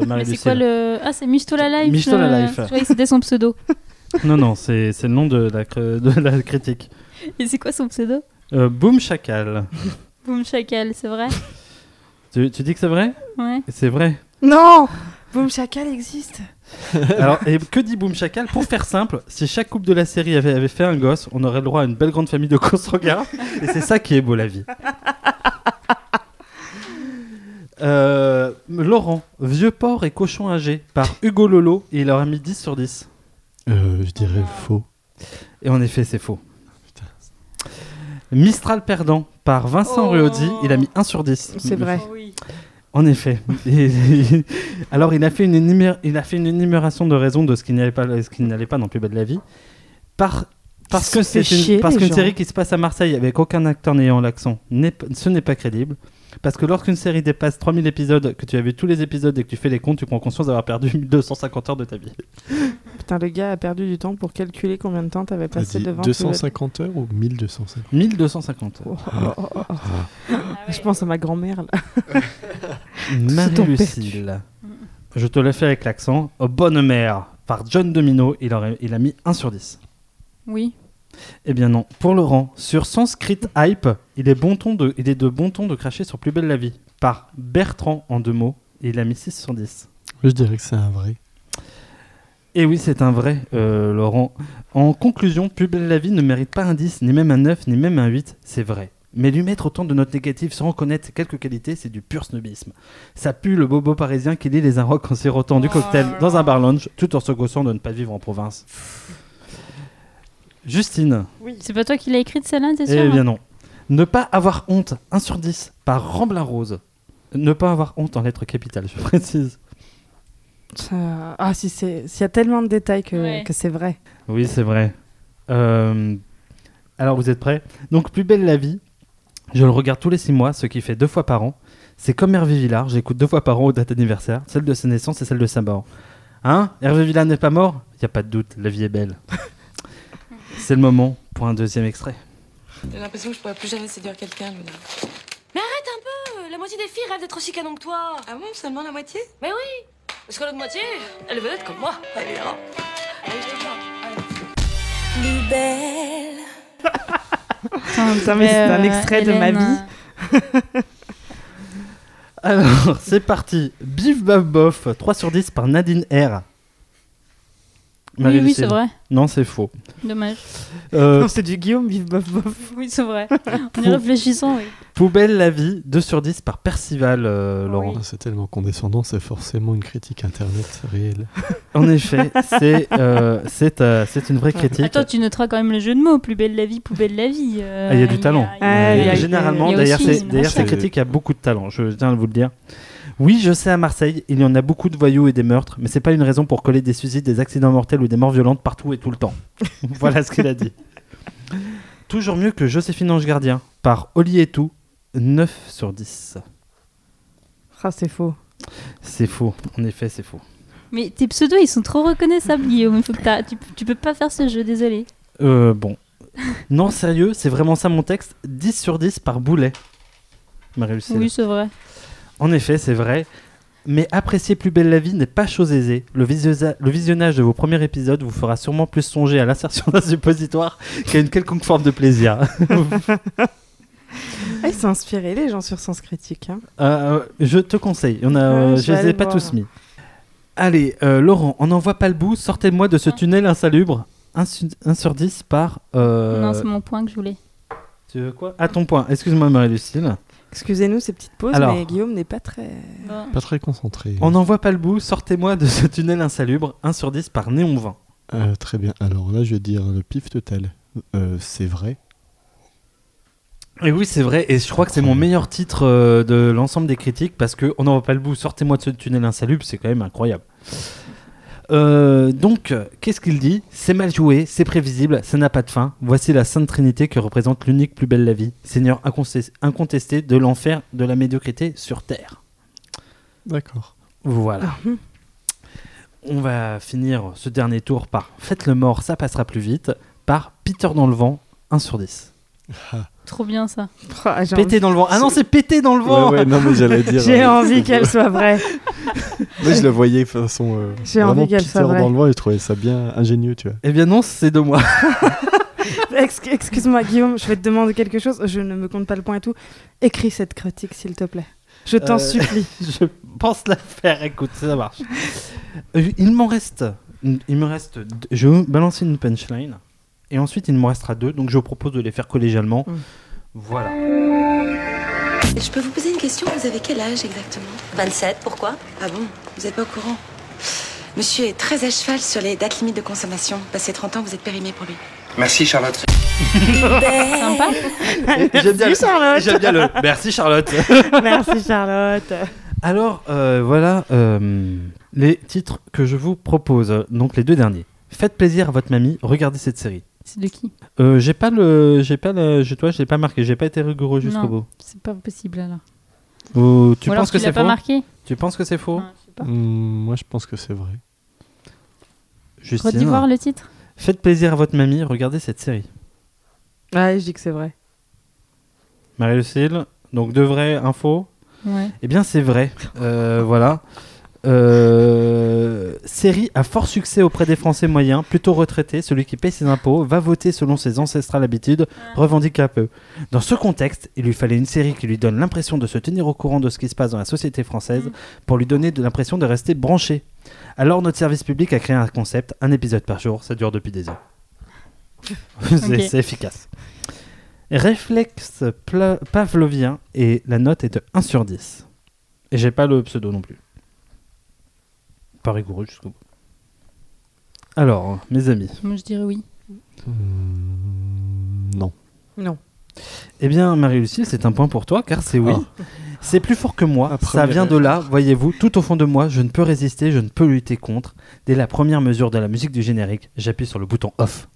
B: Mais
C: Marie-Lucille.
B: c'est quoi le. Ah, c'est Michto la Life
C: Michto la
B: euh,
C: Life.
B: Je croyais que c'était son pseudo.
C: Non, non, c'est c'est le nom de la, cre- de la critique.
B: Et c'est quoi son pseudo
C: Euh, Boom Chacal.
B: Boom Chacal, c'est vrai
C: Tu, tu dis que c'est vrai
B: Ouais.
C: C'est vrai.
D: Non Boom Chacal existe.
C: Alors, et que dit Boom Chacal Pour faire simple, si chaque couple de la série avait, avait fait un gosse, on aurait le droit à une belle grande famille de Kosoga. et c'est ça qui est beau, la vie. Euh, Laurent, Vieux porc et cochon âgé par Hugo Lolo, et il aurait mis 10 sur 10.
E: Euh, je dirais faux.
C: Et en effet, c'est faux. Mistral perdant par Vincent
D: Oh.
C: Ruodi, il a mis 1 sur 10.
D: C'est vrai. Oh
C: En effet. Et- et- alors, il a, fait une énumér- il a fait une énumération de raisons de ce qui n'allait pas, ce qui n'allait pas dans Plus belle la vie. Par, parce
D: Ils
C: que
D: se
C: c'est
D: font chier,
C: une, parce
D: les
C: qu'une
D: gens.
C: série qui se passe à Marseille avec aucun acteur n'ayant l'accent, n'est p- ce n'est pas crédible. Parce que lorsqu'une série dépasse 3000 épisodes, que tu as vu tous les épisodes et que tu fais les comptes, tu prends conscience d'avoir perdu 250 heures de ta vie.
D: Putain, le gars a perdu du temps pour calculer combien de temps t'avais
E: T'as
D: passé
E: dit
D: devant. Oh,
E: 250 heures ou 1250
C: 1250
D: heures.
C: Ah.
D: Je pense à ma grand-mère là.
C: Marie-Lucille. Je te le fais avec l'accent. Oh, Bonne mère par John Domino, il, aurait- il a mis 1 sur 10.
B: Oui.
C: Eh bien non. Pour Laurent, sur Sanskrit Hype, il est, bon ton de, il est de bon ton de cracher sur Plus belle la vie. Par Bertrand en deux mots, et il a mis 6 sur 10.
E: Je dirais que c'est un vrai.
C: Et Eh oui, c'est un vrai, euh, Laurent. En conclusion, Plus belle la vie ne mérite pas un 10, ni même un 9, ni même un 8, c'est vrai. Mais lui mettre autant de notes négatives sans reconnaître ses quelques qualités, c'est du pur snobisme. Ça pue le bobo parisien qui lit les Inrocks en sirotant du cocktail dans un bar lounge, tout en se gossant de ne pas vivre en province. Justine.
B: C'est pas toi qui l'as écrite celle-là, t'es sûr hein.
C: Eh bien non. Ne pas avoir honte, 1 sur 10, par Ramblin Rose. Ne pas avoir honte en lettres capitales, je précise.
D: Ça- Ah, si c'est. S'il y a tellement de détails que,
B: Ouais.
D: que c'est vrai.
C: Oui, c'est vrai. Euh, Alors, vous êtes prêts Donc, Plus belle la vie, je le regarde tous les 6 mois, ce qui fait deux fois par an. C'est comme Hervé Villard, j'écoute deux fois par an aux dates anniversaires, celle de sa naissance et celle de sa mort. Hein Hervé Villard n'est pas mort Y a pas de doute, la vie est belle. c'est le moment pour un deuxième extrait.
L: J'ai l'impression que je pourrais plus jamais séduire quelqu'un, Luna. Mais arrête un peu La moitié des filles rêvent d'être aussi canon que toi Ah bon Seulement la moitié Mais oui Parce que l'autre moitié, elle veut être comme moi, évidemment. Allez, je te prends. Plus belle
D: Putain, mais c'est un
B: euh,
D: extrait de ma
B: Hélène, euh,
D: vie.
C: Alors, c'est parti. Bif baf bof, 3 sur 10 par Nadine R.
B: Oui,
C: Marie-Lucille.
B: oui, c'est vrai.
C: Non, c'est faux.
B: Dommage.
C: Euh,
D: Non, c'est du Guillaume, bif bof bof.
B: Oui, c'est vrai. En y réfléchissant, oui.
C: Poubelle la vie, 2 sur 10 par Percival, euh, Laurent.
E: Ah, C'est tellement condescendant, c'est forcément une critique internet réelle.
C: En effet, c'est euh, c'est, euh, c'est une vraie critique.
B: Attends, tu noteras quand même le jeu de mots. Plus belle la vie, poubelle la vie. euh,
C: Ah, il y a du talent.
B: a- il y a-
C: Généralement,
B: il y a
C: d'ailleurs,
B: aussi
C: c'est-
B: une
C: d'ailleurs,
B: recherche.
C: cette critique a beaucoup de talent, je tiens à vous le dire. Oui, je sais, à Marseille, il y en a beaucoup de voyous et des meurtres, mais c'est pas une raison pour coller des suicides, des accidents mortels ou des morts violentes partout et tout le temps. voilà ce qu'il a dit. Toujours mieux que Joséphine Ange Gardien, par Oli et tout, 9 sur 10.
D: Ah, c'est faux.
C: C'est faux, en effet, c'est faux.
B: Mais tes pseudos, ils sont trop reconnaissables, Guillaume. Il faut que t'as- tu, tu peux pas faire ce jeu, désolé.
C: Euh, bon. non, sérieux, c'est vraiment ça mon texte. 10 sur 10 par Boulet. Marie-Lucille.
B: Oui, c'est vrai.
C: En effet, c'est vrai. Mais apprécier Plus belle la vie n'est pas chose aisée. Le, visiosa- le visionnage de vos premiers épisodes vous fera sûrement plus songer à l'insertion d'un suppositoire qu'à une quelconque forme de plaisir.
D: Ah, ils sont inspirés, les gens, sur Sens Critique. hein.
C: Euh, je te conseille. On a, euh,
D: Ouais, je
C: je
D: vais
C: les ai
D: aller
C: pas
D: voir.
C: tous mis. Allez, euh, Laurent, on n'en voit pas le bout. Sortez-moi de ce tunnel insalubre. 1 sur 10 par... euh,
B: Non, c'est mon point que je voulais.
C: Tu veux quoi À ton point. Excuse-moi, Marie-Lucille.
D: Excusez-nous ces petites pauses,
C: Alors.
D: mais Guillaume n'est pas très.
E: Pas très concentré.
C: On n'en voit pas le bout. Sortez-moi de ce tunnel insalubre. 1 sur 10 par Néon 20.
E: Euh, très bien, alors là je vais dire le pif total. Euh, c'est vrai.
C: Et oui, c'est vrai, et je crois que c'est mon meilleur titre euh, de l'ensemble des critiques parce que on n'en voit pas le bout. Sortez-moi de ce tunnel insalubre, c'est quand même incroyable. Euh, donc, euh, qu'est-ce qu'il dit C'est mal joué, c'est prévisible, ça n'a pas de fin. Voici la Sainte Trinité que représente l'unique plus belle la vie, Seigneur incontesté- incontesté de l'enfer, de la médiocrité sur terre.
E: D'accord.
C: Voilà. On va finir ce dernier tour par Faites le mort, ça passera plus vite, par Peter dans le vent, 1 sur 10.
B: Trop bien ça.
D: Ah, j'ai
C: Pété
D: envie-
C: dans le vent. Ah non, c'est pété dans le vent.
E: Ouais, ouais, non, mais j'allais dire,
D: J'ai
E: euh,
D: envie qu'elle soit vraie.
E: Moi je le voyais de façon. euh,
D: J'ai envie
E: vraiment
D: qu'elle
E: Peter
D: soit vraie.
E: dans le vent et je trouvais ça bien ingénieux, tu vois.
C: Eh bien non, c'est de moi.
D: Ex- Excuse-moi, Guillaume, je vais te demander quelque chose. Je ne me compte pas le point et tout. Écris cette critique, s'il te plaît. Je t'en
C: Euh.
D: supplie.
C: Je pense la faire. Écoute, ça marche. Euh, il m'en reste. Il me reste. Je vais balancer une punchline. Et ensuite, il me restera deux. Donc, je vous propose de les faire collégialement.
B: Mm.
C: Voilà.
J: Je peux vous poser une question Vous avez quel âge exactement 27, pourquoi Ah bon Vous n'êtes pas au courant Monsieur est très à cheval sur les dates limites de consommation. Passé 30 ans, vous êtes périmé pour lui.
G: Merci Charlotte.
J: Sympa
C: J'aime bien, le-
D: Charlotte.
C: j'aime bien le. Merci, Charlotte.
D: Merci Charlotte.
C: Alors, euh, voilà euh, les titres que je vous propose. Donc, les deux derniers. Faites plaisir à votre mamie. Regardez cette série.
B: C'est de qui
C: Euh, j'ai pas le. J'ai pas le. Je, toi, j'ai pas marqué. J'ai pas été rigoureux
B: Non,
C: jusqu'au bout.
B: C'est pas possible alors.
C: Ou tu
B: Ou alors
C: penses que
B: tu l'as
C: c'est
B: pas
C: faux
B: marqué
C: Tu penses que c'est faux
E: Hmm, moi, je pense que c'est vrai.
C: Justine.
B: Redis voir le titre.
C: Faites plaisir à votre mamie, regardez cette série.
D: Ouais, je dis que c'est vrai.
C: Marie-Lucille, donc de vraies infos
D: Ouais.
C: Eh bien, c'est vrai. Euh, voilà. Euh, série à fort succès auprès des Français moyens, plutôt retraités, celui qui paye ses impôts va voter selon ses ancestrales habitudes, revendique un peu. Dans ce contexte, il lui fallait une série qui lui donne l'impression de se tenir au courant de ce qui se passe dans la société française pour lui donner de l'impression de rester branché. Alors notre service public a créé un concept, un épisode par jour, ça dure depuis des ans. c'est
F: Ok.
C: c'est efficace. Réflexe pla- pavlovien et la note est de 1 sur 10. Et j'ai pas le pseudo non plus. Pas rigoureux jusqu'au bout. Alors, mes amis.
B: Moi je dirais oui.
C: Non.
D: Non.
C: Eh bien, Marie-Lucie, c'est un point pour toi, car c'est oui. C'est plus fort que moi, ça
E: première
C: vient de là, voyez-vous, tout au fond de moi, je ne peux résister, je ne peux lutter contre. Dès la première mesure de la musique du générique, j'appuie sur le bouton off.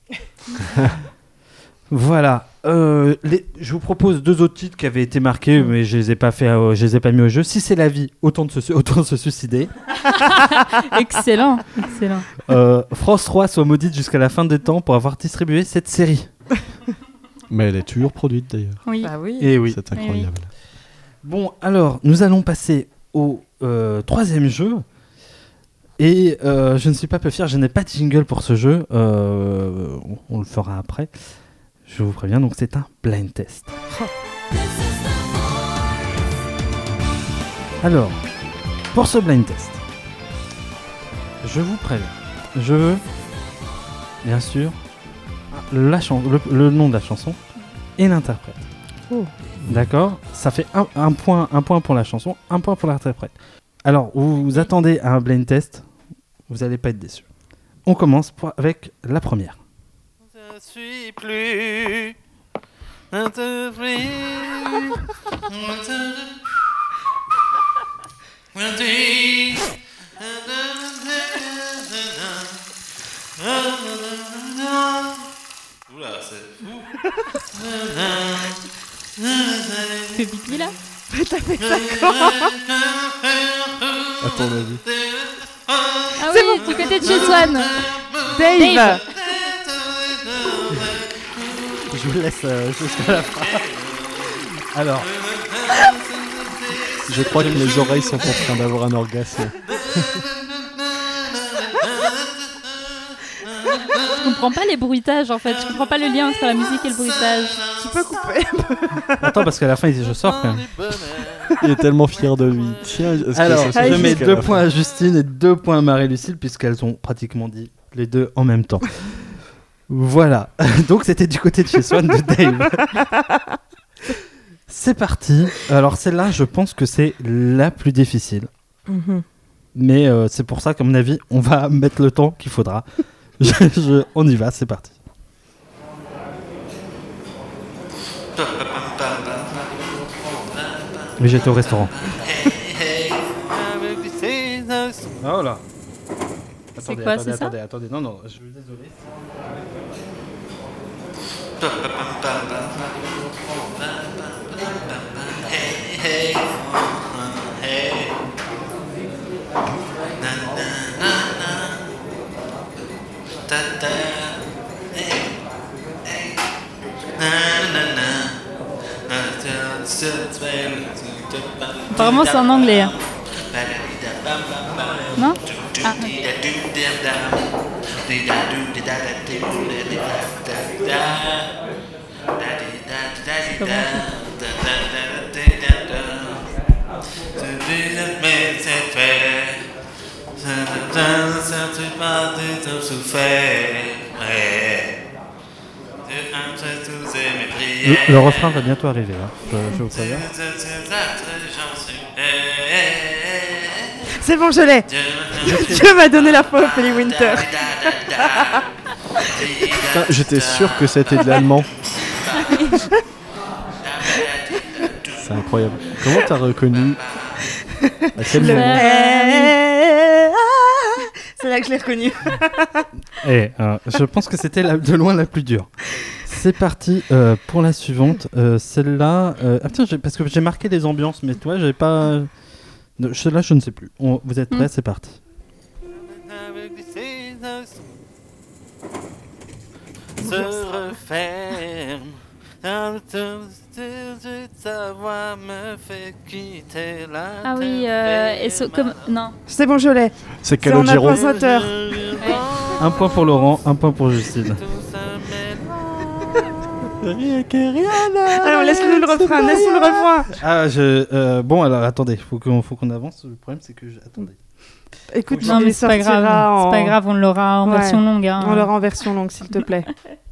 C: voilà. Euh, les- je vous propose deux autres titres qui avaient été marqués, mais je les ai pas fait, à- je les ai pas mis au jeu. Si c'est la vie, autant de se, autant se suicider.
B: excellent, excellent.
C: Euh, France 3 soit maudite jusqu'à la fin des temps pour avoir distribué cette série.
E: Mais elle est toujours produite d'ailleurs.
B: Oui.
D: Bah oui.
C: Et oui.
E: C'est incroyable.
C: Bon, alors, nous allons passer au euh, troisième jeu. Et euh, je ne suis pas peu fier, je n'ai pas de jingle pour ce jeu. Euh, on, on le fera après. Je vous préviens, donc c'est un blind test. Alors, pour ce blind test, je vous préviens, je veux, bien sûr, la chan- le, le nom de la chanson et l'interprète.
D: Oh.
C: D'accord Ça fait un, un point, un point pour la chanson, un point pour l'interprète. Alors, vous vous attendez à un blind test, vous n'allez pas être déçu. On commence pour- avec la première.
F: Je ne suis plus. Ne te prie. Ne te- Ne te- Oula, c'est fou.
B: Fais pipi là
D: T'as fait ça quand
E: À ton avis.
B: Ah oui, du côté de chez Swan.
D: Dave.
C: Je vous laisse euh, jusqu'à la fin. Alors,
E: Je crois que mes oreilles sont en train d'avoir un orgasme.
B: Je comprends pas les bruitages en fait. Je comprends pas le lien entre la musique et le bruitage.
D: Tu peux couper
C: attends, parce qu'à la fin, il dit je sors quand même.
E: Il est tellement fier de lui. Tiens, est-ce que
C: Alors,
D: Ah,
E: ça se
C: je
E: fait
C: mets
E: jusqu'à
C: deux
E: la fin
C: points à Justine et deux points à Marie-Lucille, puisqu'elles ont pratiquement dit les deux en même temps. voilà. Donc, c'était du côté de chez Swan de Dave. c'est parti. Alors, celle-là, je pense que c'est la plus difficile.
D: Mhm.
C: Mais euh, c'est pour ça qu'à mon avis, on va mettre le temps qu'il faudra. Je- je- on y va, c'est parti. Mais j'étais au restaurant. Oh là Attendez,
F: quoi,
C: attendez,
F: c'est ça
C: attendez, attendez, non, non, je suis désolé.
B: Apparemment, c'est en anglais. hein. Non Ah,
F: Comment
M: de souffert. De un seul tous et mes prières.
C: Le, le refrain va bientôt arriver, hein. je, je vous préviens.
D: C'est bon, je l'ai. Dieu m'a donné la foi, Ophélie Winter.
E: Putain, j'étais sûr que c'était de l'allemand. C'est incroyable. Comment t'as reconnu à quel
D: Le-
E: moment
D: Eh, ah, C'est là que je l'ai reconnu.
C: Eh, euh, je pense que c'était la- de loin la plus dure. C'est parti euh, pour la suivante. Euh, Celle-là, euh, ah tiens, j'ai- parce que j'ai marqué les ambiances, mais toi, j'ai pas. Non, Celle-là, je ne sais plus. On- vous êtes prêts
M: Mm.
C: C'est parti.
M: se referme. Un tout de savoir me fait quitter la
B: Ah oui, euh, et so- comme. Non.
D: C'est bon, je l'ai.
C: C'est
D: en
C: Calogero.
D: appesanteur.
C: Un point pour Laurent, un point pour Justine.
E: Rien que rien.
D: Allez, on laisse le refrain, laisse le refrain.
C: Ah, je, euh, bon, alors attendez, faut qu'on faut qu'on avance. Le problème, c'est que. je- Attendez.
D: Écoute,
B: Non,
D: on
B: mais
D: les
B: c'est pas
D: sortira
B: grave, c'est
D: en-
B: pas grave, on l'aura en version longue, hein.
D: On l'aura en version longue, s'il te plaît.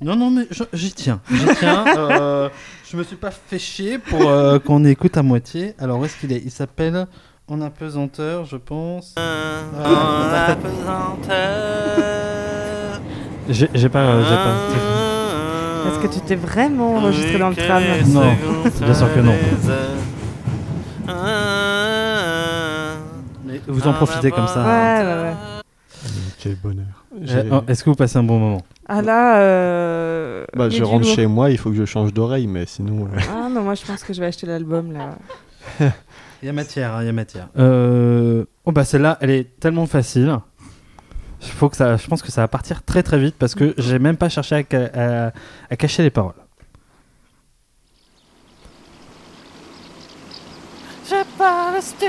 C: Non, non, mais je- j'y tiens. J'y tiens. euh, je me suis pas fait chier pour euh, qu'on écoute à moitié. Alors, où est-ce qu'il est Il s'appelle En apesanteur, je pense. Ah,
M: En apesanteur.
C: J'ai j'ai pas. euh, j'ai pas.
D: Est-ce que tu t'es vraiment enregistré dans le tram
C: Non, bien sûr que non. Mais vous en profitez comme ça.
D: Ouais, ouais, ouais.
E: Quel bonheur.
C: Euh,
E: J'ai-
C: oh, Est-ce que vous passez un bon moment
D: Ah là, euh...
E: Bah,
D: il y a
E: je
D: du
E: rentre
D: lourd.
E: chez moi, il faut que je change d'oreille, mais sinon. euh,
D: Ah non, moi je pense que je vais acheter l'album là.
C: Il y a matière, hein, il y a matière. Euh, Oh bah celle-là, elle est tellement facile. Faut que ça, je pense que ça va partir très très vite parce que j'ai même pas cherché à, ca- à- à cacher les paroles.
M: J'ai pas le style,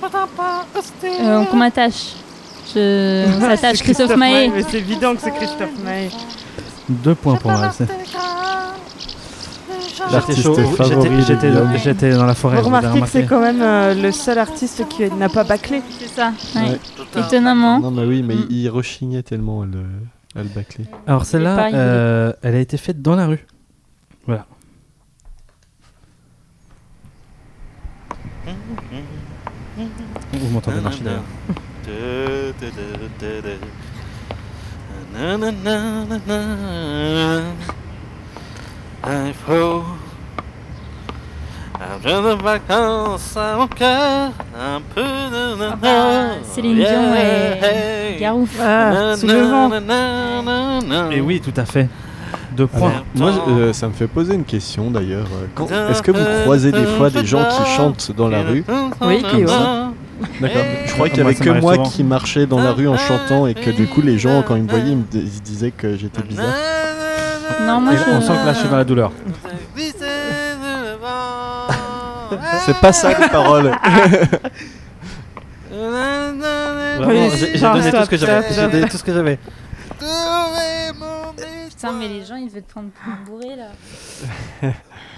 M: j'entends pas le style.
B: Euh, on- qu'on m'attache. Je... On Euh, s'attache,
D: C'est
B: Christophe Maé.
D: Mais c'est évident que c'est Christophe Maé.
C: Deux points pour moi. c'est- J'étais
E: L'artiste
C: chaud,
E: favori
C: j'étais-
E: de
C: j'étais-
E: Guillaume.
C: j'étais dans la forêt.
D: Vous
C: vous avez
D: remarquez
C: remarqué
D: que c'est quand même euh, le seul artiste qui n'a pas bâclé.
B: C'est ça, ouais.
E: ouais.
B: Étonnamment.
E: Non, bah oui, mais il rechignait tellement euh, à le, à le bâcler.
C: Alors
B: Il est pas
C: celle-là,
B: isolé.
C: euh, elle a été faite dans la rue. Voilà. Vous m'entendez marcher derrière.
M: Il faut un peu de vacances à mon cœur, un peu de
B: Ah bah, Céline Dion et Garou.
D: Ah, sous le
F: Ah,
M: vent.
C: Et Eh oui, tout à fait. Deux
D: Ah,
C: points.
E: Moi, je- euh, ça me fait poser une question d'ailleurs. euh, quand- Est-ce que vous croisez des fois des gens qui chantent dans la rue
D: Oui, Cléo.
E: D'accord. Je crois qu'il y
C: Ah, Moi,
E: avait
C: ça
E: que
C: m'arrive
E: moi
C: souvent.
E: qui marchais dans la
D: Ah,
E: rue en chantant et que du coup, les gens, quand ils me voyaient, ils, me dis- ils se disaient que
D: Ah,
E: j'étais bizarre.
B: Non, moi
C: Et
B: je. Ah.
C: On sent que là, je suis dans la douleur.
D: ah.
E: C'est pas ça les paroles.
C: Vraiment, j'ai j'ai donné tout ce que j'avais.
B: Stop,
C: J'ai
B: stop.
C: donné tout ce que j'avais.
B: Putain, mais les gens ils devaient te prendre pour une bourrée là.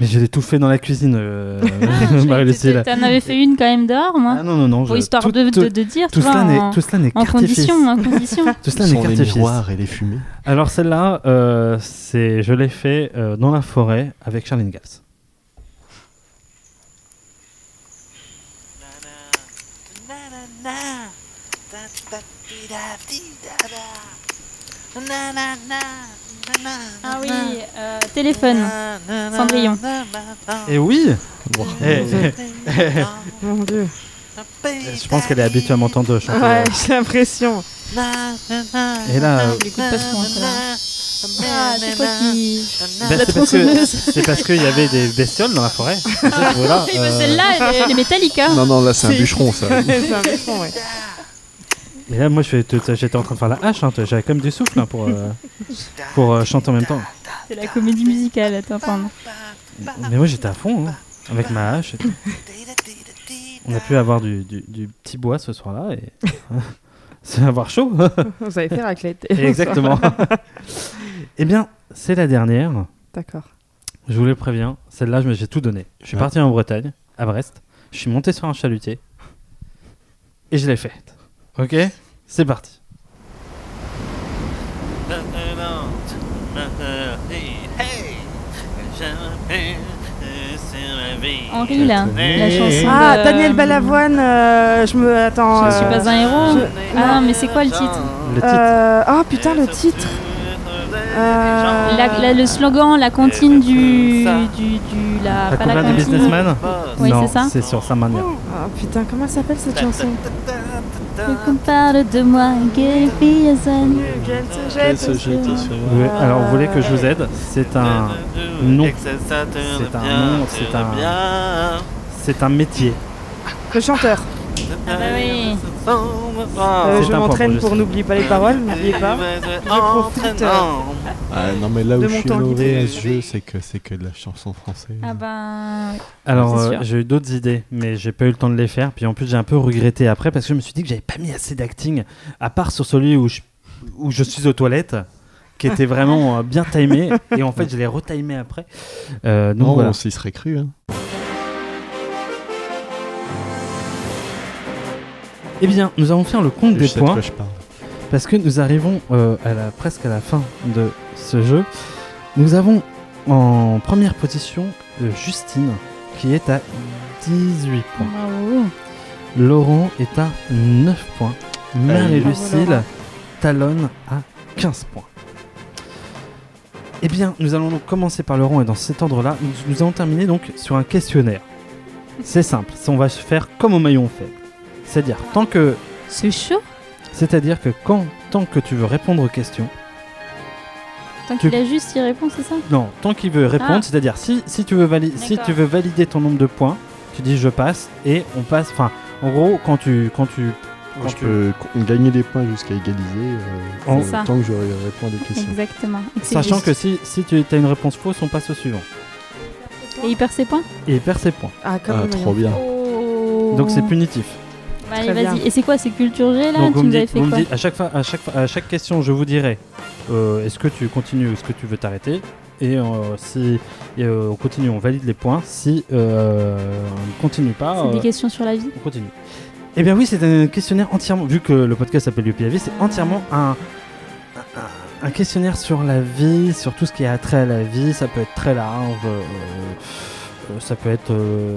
C: Mais j'ai tout fait dans la cuisine, euh,
B: Ah,
C: Marie-Lucille.
B: T'en avais fait une quand même dehors, moi.
C: Ah non, non, non.
B: Pour
C: je-
B: histoire
C: tout-
B: de,
C: tout-
B: de, de dire,
C: tout
B: tu vois,
C: cela n'est-
B: en,
C: tout cela n'est
B: en
C: qu'artifice.
B: condition, hein. en condition.
C: Tout cela
E: Ce
C: n'est
E: sont les
C: qu'artifice.
E: miroirs et les fumées.
C: Alors celle-là, euh, c'est, je l'ai fait euh, dans la forêt avec Charline Gals.
B: Ah oui, euh, téléphone, Cendrillon.
C: Et oui
E: Wow.
C: Eh, eh, eh,
D: Mon dieu.
C: Je pense qu'elle est habituée à m'entendre chanter. euh,
D: Ouais, j'ai l'impression.
C: Et là, euh,
B: Je l'écoute pas souvent, celle-là. Ah, c'est quoi qui.
C: bah,
B: La
C: c'est, parce que,
B: tronçonneuse.
C: c'est parce qu'il y avait des bestioles dans la forêt. Voilà,
B: Oui, mais
C: euh,
B: Celle-là, elle, est- elle est métallique. hein.
E: Non, non, là, c'est un bûcheron, ça.
D: c'est un bûcheron, ouais.
C: euh, Et là, moi, je fais tout- j'étais en train de faire la hache. hein, j'avais quand même du souffle hein, pour, euh, pour euh, chanter en même temps.
B: C'est la comédie musicale, attends, pardon.
C: Mais moi, j'étais à fond, hein, avec ma hache. et tout. On a pu avoir du, du- du petit bois ce soir-là et c'est avoir chaud.
D: Vous avez fait raclette.
C: Exactement. eh bien, c'est la dernière.
D: D'accord.
C: Je vous le préviens, celle-là, je me- j'ai tout donné. Je suis
E: Ah.
C: parti en Bretagne, à Brest. Je suis monté sur un chalutier et je l'ai faite. Ok, c'est parti.
M: Dans
B: Henri, là,
C: Eh.
B: la chanson.
D: Ah,
B: de-
D: Daniel Balavoine, euh, je me. Attends.
B: Je ne suis
D: euh,
B: pas un héros.
D: je-
B: Ah non, mais c'est quoi le titre
D: Euh, Ah putain, le titre. Euh,
B: La- la- le slogan, la comptine du, du, du- la,
C: Eh, La
B: pas la
C: combien du
B: comptine.
C: businessman
B: Oui,
C: Non,
B: c'est ça. Oh.
C: c'est sur sa manière.
D: Ah putain, comment elle s'appelle cette chanson
B: Qu'on parle de moi, gay personne.
C: Oui, alors, vous voulez que je vous aide C'est un nom. C'est un nom, c'est un. C'est un métier.
D: Le chanteur.
B: Ah bah oui.
D: Ah.
B: Ah.
D: Euh, je
E: C'est un
D: m'entraîne
E: point pour
D: pour n'oublier pas les paroles, n'oubliez pas. Je profite, euh,
E: Ah, non, mais là
D: De
E: où
D: mon
E: je suis
D: temps
E: honoré
D: libre.
E: à ce jeu, c'est que c'est que de la chanson française.
B: Ah ben. oui.
C: Alors,
B: C'est
C: euh,
B: sûr.
C: j'ai eu d'autres idées, mais j'ai pas eu le temps de les faire. Puis en plus, j'ai un peu regretté après parce que je me suis dit que j'avais pas mis assez d'acting, à part sur celui où je, où je suis aux toilettes, qui était vraiment euh, bien timé. Et en fait, je l'ai retimé après. Euh, donc
E: non,
C: voilà.
E: on s'y serait cru. Hein.
C: Eh bien, nous allons faire le compte
E: Je
C: des
E: sais de quoi
C: points.
E: je parle.
C: Parce que nous arrivons euh, à la, presque à la fin de ce jeu. Nous avons en première position euh, Justine, qui est à 18 points.
B: Bravo.
C: Laurent est à 9 points. Mère
E: Aïe.
C: et
E: Bravo,
C: Lucille
B: Ah,
E: Laurent.
C: talonnent à 15 points. Eh bien, nous allons donc commencer par Laurent et dans cet ordre-là, nous, nous allons terminer donc sur un questionnaire. C'est simple, ça, on va se faire comme au maillon fait. C'est-à-dire, tant que.
B: C'est chaud
C: C'est-à-dire que quand, tant que tu veux répondre aux questions,
B: Tant
C: Tu-
B: qu'il a juste, il répond, c'est ça
C: non, tant qu'il veut répondre,
B: Ah.
C: c'est-à-dire si, si, tu veux vali- si
B: D'accord.
C: tu veux valider ton nombre de points, tu dis je passe et on passe. Enfin, en gros, quand tu. Quand tu quand
E: je
C: tu-
E: peux con- gagner des points jusqu'à égaliser euh,
C: En-
E: euh,
B: C'est ça.
E: tant que je réponds à des questions.
B: Exactement. Et c'est
C: Sachant
B: juste.
C: que si, si tu as une réponse fausse, on passe au suivant.
B: Et il perd ses points
C: Et il perd ses points.
D: Ah,
B: comme Ah, le
E: trop bien.
C: Oh. Donc c'est punitif.
B: Bah, allez,
D: Très bien.
B: vas-y. Et c'est quoi C'est culture G Oh. là Tu
C: Donc vous me
B: nous avais
C: dites,
B: fait
C: vous me
B: quoi
C: dites- à, chaque fois, à, chaque, fois- à chaque question, je vous dirai euh, est-ce que tu continues ou est-ce que tu veux t'arrêter Et euh, si et, euh, on continue, on valide les points. Si euh, on ne continue pas.
B: C'est des
C: euh,
B: questions sur la vie
C: On continue. Eh bien oui, c'est un questionnaire entièrement, vu que le podcast s'appelle Yuppie la vie, c'est entièrement un, un- un questionnaire sur la vie, sur tout ce qui a trait à la vie. Ça peut être très large, euh, euh, ça peut être euh,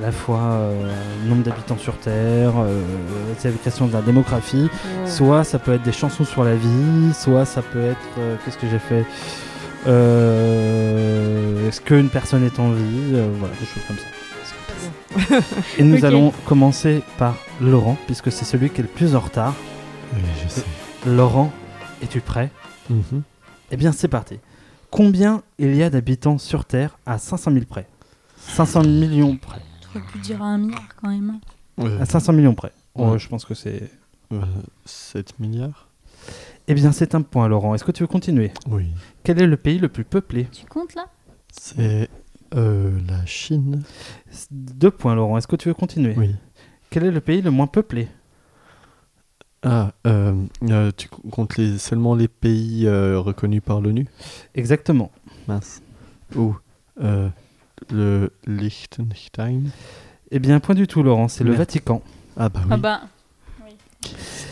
C: à la fois euh, nombre d'habitants sur Terre, euh, c'est la question de la démographie,
N: Wow.
C: soit ça peut être des chansons sur la vie, soit ça peut être... euh, Qu'est-ce que j'ai fait Euh, Est-ce qu'une personne est en vie Euh, Voilà, des choses comme ça. Et nous
E: Ok.
C: allons commencer par Laurent, puisque c'est celui qui est le plus en retard.
E: Oui, je sais.
C: Laurent, es-tu prêt
E: Mhm.
C: Eh bien, c'est parti. Combien il y a d'habitants sur Terre à 500 000 près 500 millions près.
B: J'aurais pu dire un milliard quand même.
E: Ah,
C: À 500 millions près. Oh, je pense que c'est.
E: 7 euh, milliards
C: Eh bien, c'est un point, Laurent. Est-ce que tu veux continuer
E: Oui.
C: Quel est le pays le plus peuplé
B: Tu comptes là
E: C'est euh, la Chine.
C: Deux points, Laurent. Est-ce que tu veux continuer
E: Oui.
C: Quel est le pays le moins peuplé
E: Ah, euh, euh, tu co- comptes les, seulement les pays euh, reconnus par l'ONU
C: Exactement.
E: Mince. Ou euh, le Liechtenstein
C: Eh bien, point du tout, Laurent. C'est le
E: Merde.
C: Vatican.
E: Ah bah oui,
B: Ah bah.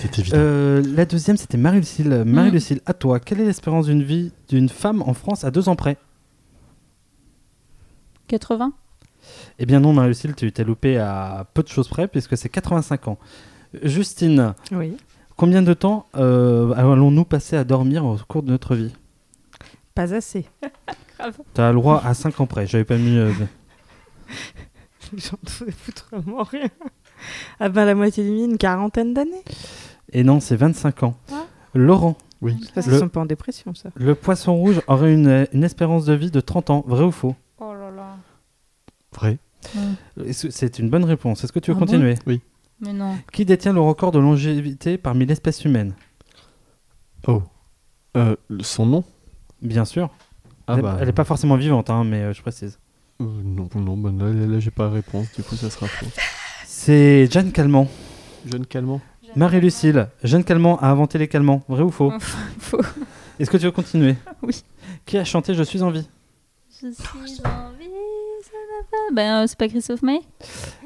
E: c'était évident.
C: Euh, la deuxième, c'était Marie-Lucille. Marie-Lucille, à toi, quelle est l'espérance d'une vie d'une femme en France à deux ans près
B: 80
C: Eh bien non, Marie-Lucille, tu t'es loupé à peu de choses près, puisque c'est 85 ans. Justine,
D: Oui.
C: combien de temps euh, allons-nous passer à dormir au cours de notre vie
D: Pas assez.
C: Tu as le droit à 5 ans près, j'avais pas mis... euh, de-
D: J'en trouvais foutrement rien. Ah ben la moitié du mine, une quarantaine d'années.
C: Et non, c'est 25 ans.
D: Ah.
C: Laurent
E: Oui.
D: Parce qu'ils sont pas en dépression, ça.
C: Le poisson rouge aurait une, une espérance de vie de 30 ans, vrai ou faux
D: Oh là là.
E: Vrai.
C: Est-ce- C'est une bonne réponse. Est-ce que tu veux
B: Ah bon
C: continuer
E: Oui.
B: Mais non.
C: Qui détient le record de longévité parmi l'espèce humaine
E: Oh. Euh, le- son nom
C: Bien sûr.
E: Ah
C: elle, n'est
E: bah.
C: est pas forcément vivante, hein, mais euh, je précise.
E: Euh, Non, non bah là, là, là, j'ai pas la réponse, du coup ça sera faux.
C: C'est Jeanne Calment.
E: Jeanne Calment
C: Marie-Lucille, Jeanne Calment a inventé les calmants. Vrai ou faux
B: Faux.
C: Est-ce que tu veux continuer
B: Oui.
C: Qui a chanté Je suis en vie
B: Je suis en vie, ça va Ben, euh, c'est pas Christophe Maé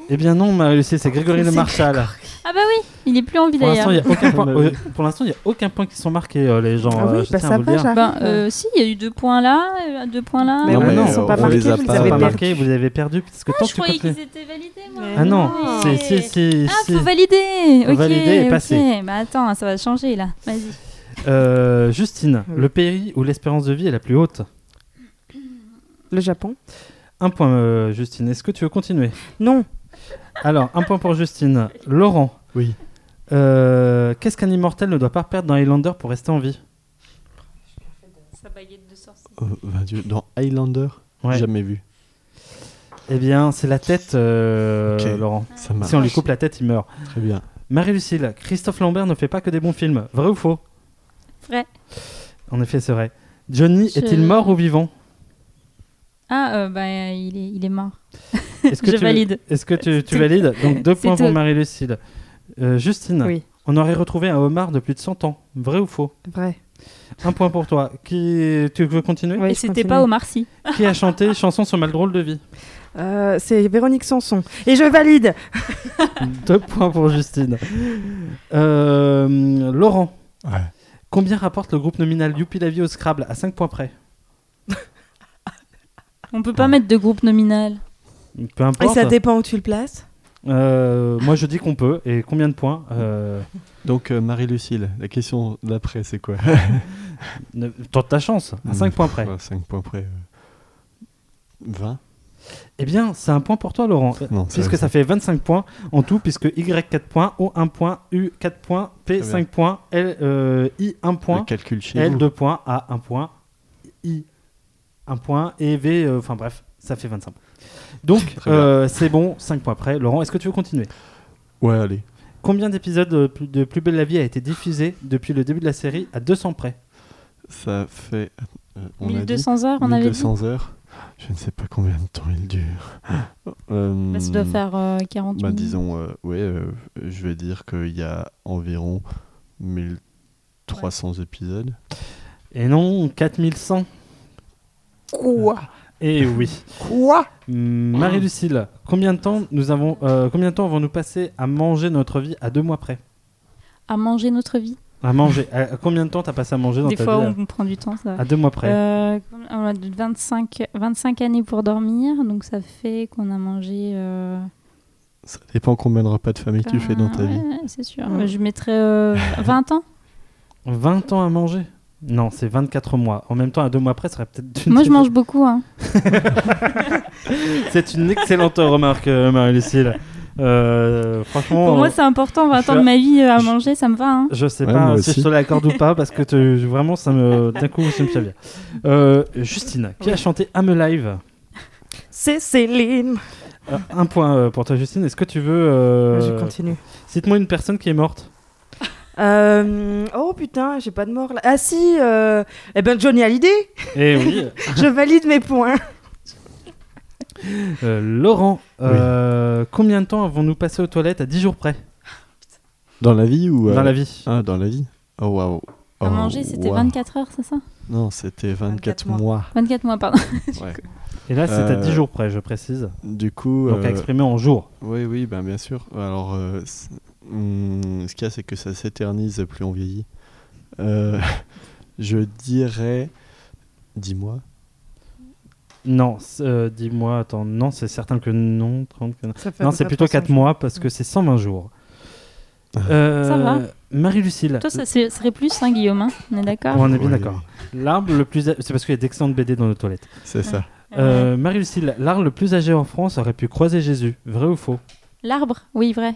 C: Eh bien non, Marie-Lucie, c'est Grégory Le
B: C'est
C: Marchal.
B: Ah bah oui, il est plus en vie
C: Pour
B: d'ailleurs.
C: l'instant, il n'y a aucun point. euh, Pour l'instant, il y a aucun point qui sont marqués, euh, les gens.
B: Ah
C: euh, je
D: bah,
C: tiens à vous le dire.
B: Ben, euh, si, il y a eu deux points là, euh, deux points là.
C: non, mais non,
E: pas
C: on
E: marqués,
C: les a
E: vous les
C: pas,
E: avez
C: pas
E: perdus.
C: marqués, vous les avez perdus. Parce que tant
B: Ah, je
C: que tu
B: croyais
C: peux-
B: qu'ils étaient validés, moi.
C: Ah non, c'est- c'est. c'est-
B: Ah,
C: c'est-
B: faut valider.
C: Faut
B: Ok,
C: valider et
B: ok.
C: passer.
B: Bah attends, ça va changer là. Vas-y.
C: Euh, Justine, le pays où l'espérance de vie est la plus haute
D: Le Japon.
C: Un point, euh, Justine. Est-ce que tu veux continuer
D: Non.
C: Alors, un point pour Justine. Laurent. Euh,
E: Oui.
C: Qu'est-ce qu'un immortel ne doit pas perdre dans Highlander pour rester en vie
B: Sa baguette de sorcier.
E: Oh, bah, Dieu, Dans Highlander
C: Ouais.
E: Jamais vu.
C: Eh bien, c'est la tête, euh,
E: Ok,
C: Laurent.
B: Ah.
E: ça marche.
C: Si on lui coupe la tête, il meurt.
E: Très bien.
C: Marie-Lucille, Christophe Lambert ne fait pas que des bons films. Vrai ou faux
B: Vrai.
C: En effet, c'est vrai. Johnny
B: Je-
C: est-il mort ou vivant
B: Ah, euh, bah il est, il est mort.
C: Est-ce que
B: Je
C: tu-
B: valide.
C: Est-ce que tu, tu
B: C'est-
C: valides Donc deux
B: c'est
C: points pour
B: tout.
C: Marie-Lucille. Euh, Justine,
B: Oui.
C: on aurait retrouvé un homard de plus de 100 ans. Vrai ou faux
D: Vrai.
C: Un point pour toi. Qui... Tu veux continuer
B: Et c'était pas Omar Sy.
C: Qui a chanté Chanson sur mal drôle de vie
D: Euh, c'est Véronique Sanson. Et je valide
C: Deux points pour Justine. Euh, Laurent, combien rapporte le groupe nominal Youpi la vie au Scrabble à 5 points près
B: On peut pas mettre de groupe nominal.
C: Peu
B: Ah,
C: importe.
D: Et ça dépend où tu le places.
C: Euh, moi, je dis qu'on peut. Et combien de points Euh,
E: Donc, euh, Marie-Lucille, la question d'après, c'est quoi
C: ne- Tente ta chance.
E: Hmm.
C: À 5 points près.
E: À 5 points près. euh, 20
C: Eh bien, c'est un point pour toi, Laurent.
E: Non, c'est
C: puisque
E: vrai.
C: Euh, ça fait 25 points en tout, puisque Y 4 points, O 1 point, U 4 points, P
E: Très
C: 5 points, L, euh, I 1 point,
E: Le calcul chez
C: L
E: vous.
C: 2 points, A 1 point, I 1 point, et V, euh, enfin bref, ça fait 25 points. Donc,
E: Très bien.
C: euh, c'est bon, 5 points près. Laurent, est-ce que tu veux continuer
E: Ouais, allez.
C: Combien d'épisodes de Plus- de Plus Belle la Vie a été diffusé depuis le début de la série à 200 près
E: Ça fait. euh, on a
B: 1200
E: dit
B: heures, on avait dit
E: 1200 heures. Je ne sais pas combien de temps il dure. Euh,
B: Bah, ça doit faire, euh, 40
E: bah,
B: minutes.
E: Disons, euh, ouais, euh, je vais dire qu'il y a environ 1300 épisodes.
C: Et Eh non, 4100.
D: Quoi
C: Eh oui.
D: Euh, Quoi
E: Mm.
C: Hmm, Marie-Lucille, combien de temps nous avons, euh, combien de temps avons-nous passé à manger notre vie à deux mois près
B: À manger notre vie.
C: À manger. à, à combien de temps t'as passé à manger dans
B: Des
C: ta
B: fois,
C: vie euh,
B: on prend du temps. Ça. va.
C: À deux mois près.
B: Euh, on a de 25, 25 années pour dormir, donc ça fait qu'on a mangé. euh,
E: Ça dépend combien de repas de famille tu fais dans ta
B: Ah ouais,
E: vie.
B: ouais, c'est sûr.
D: Ouais.
B: Je mettrais euh, 20 ans.
C: 20 ans à manger Non, c'est 24 mois. En même temps, à deux mois près, ça serait peut-être. une-
B: Moi, je mange beaucoup. Hein.
C: c'est une excellente remarque, euh, Marie-Lucille. Euh, franchement.
B: Pour moi,
C: euh,
B: c'est important. 20
C: je-
B: ans de ma vie euh, à manger, ça me va. hein.
C: Je sais
E: Ouais,
C: pas
E: moi
C: si
E: aussi.
C: je te l'accorde ou pas parce que te- vraiment ça me d'un coup ça me fait bien. Euh, Justine, qui a chanté I'm Alive
D: C'est Céline.
C: Euh, Un point euh, pour toi Justine. Est-ce que tu veux euh,
D: Je continue.
C: Cite-moi une personne qui est morte.
D: Euh, oh putain, j'ai pas de mort là. Ah si, euh, eh ben Johnny Hallyday.
C: Eh oui.
D: je valide mes points.
C: Euh, Laurent, euh, combien de temps avons-nous passé aux toilettes à 10 jours près
E: Dans la vie ou.
C: Dans la vie.
E: Ah, dans la vie. Oh, waouh.
B: À
E: Oh,
B: manger, c'était
E: waouh.
B: 24 heures, c'est ça
E: Non, c'était 24, mois.
B: 24 mois, pardon.
E: Ouais.
C: Et là, c'est à
E: Euh,
C: 10 jours près, je précise.
E: Du coup.
C: Donc à
E: euh,
C: exprimer en jours.
E: Oui, oui, ben, bien sûr. Alors, euh, c'est- hmm, ce qu'il y a, c'est que ça s'éternise plus on vieillit. Euh, je dirais. Dis-moi.
C: Non, c'est- euh, dis-moi, attends, non, c'est certain que non. 30, que non.
D: Ça fait à
C: non,
D: peu
C: c'est
D: près
C: plutôt 4
D: 300
C: mois parce que c'est 120 jours. Euh,
B: Ça va.
C: Marie-Lucille.
B: Toi, ça c'est- serait plus, hein, Guillaume. hein. On est d'accord
C: Ah, On est bien
E: Ouais.
C: d'accord. L'arbre le plus. a- C'est parce qu'il y a d'excellentes BD dans nos toilettes.
E: C'est ça.
B: Ah
C: Euh, Marie-Lucille, l'arbre le plus âgé en France aurait pu croiser Jésus. Vrai ou faux
B: L'arbre Oui, vrai.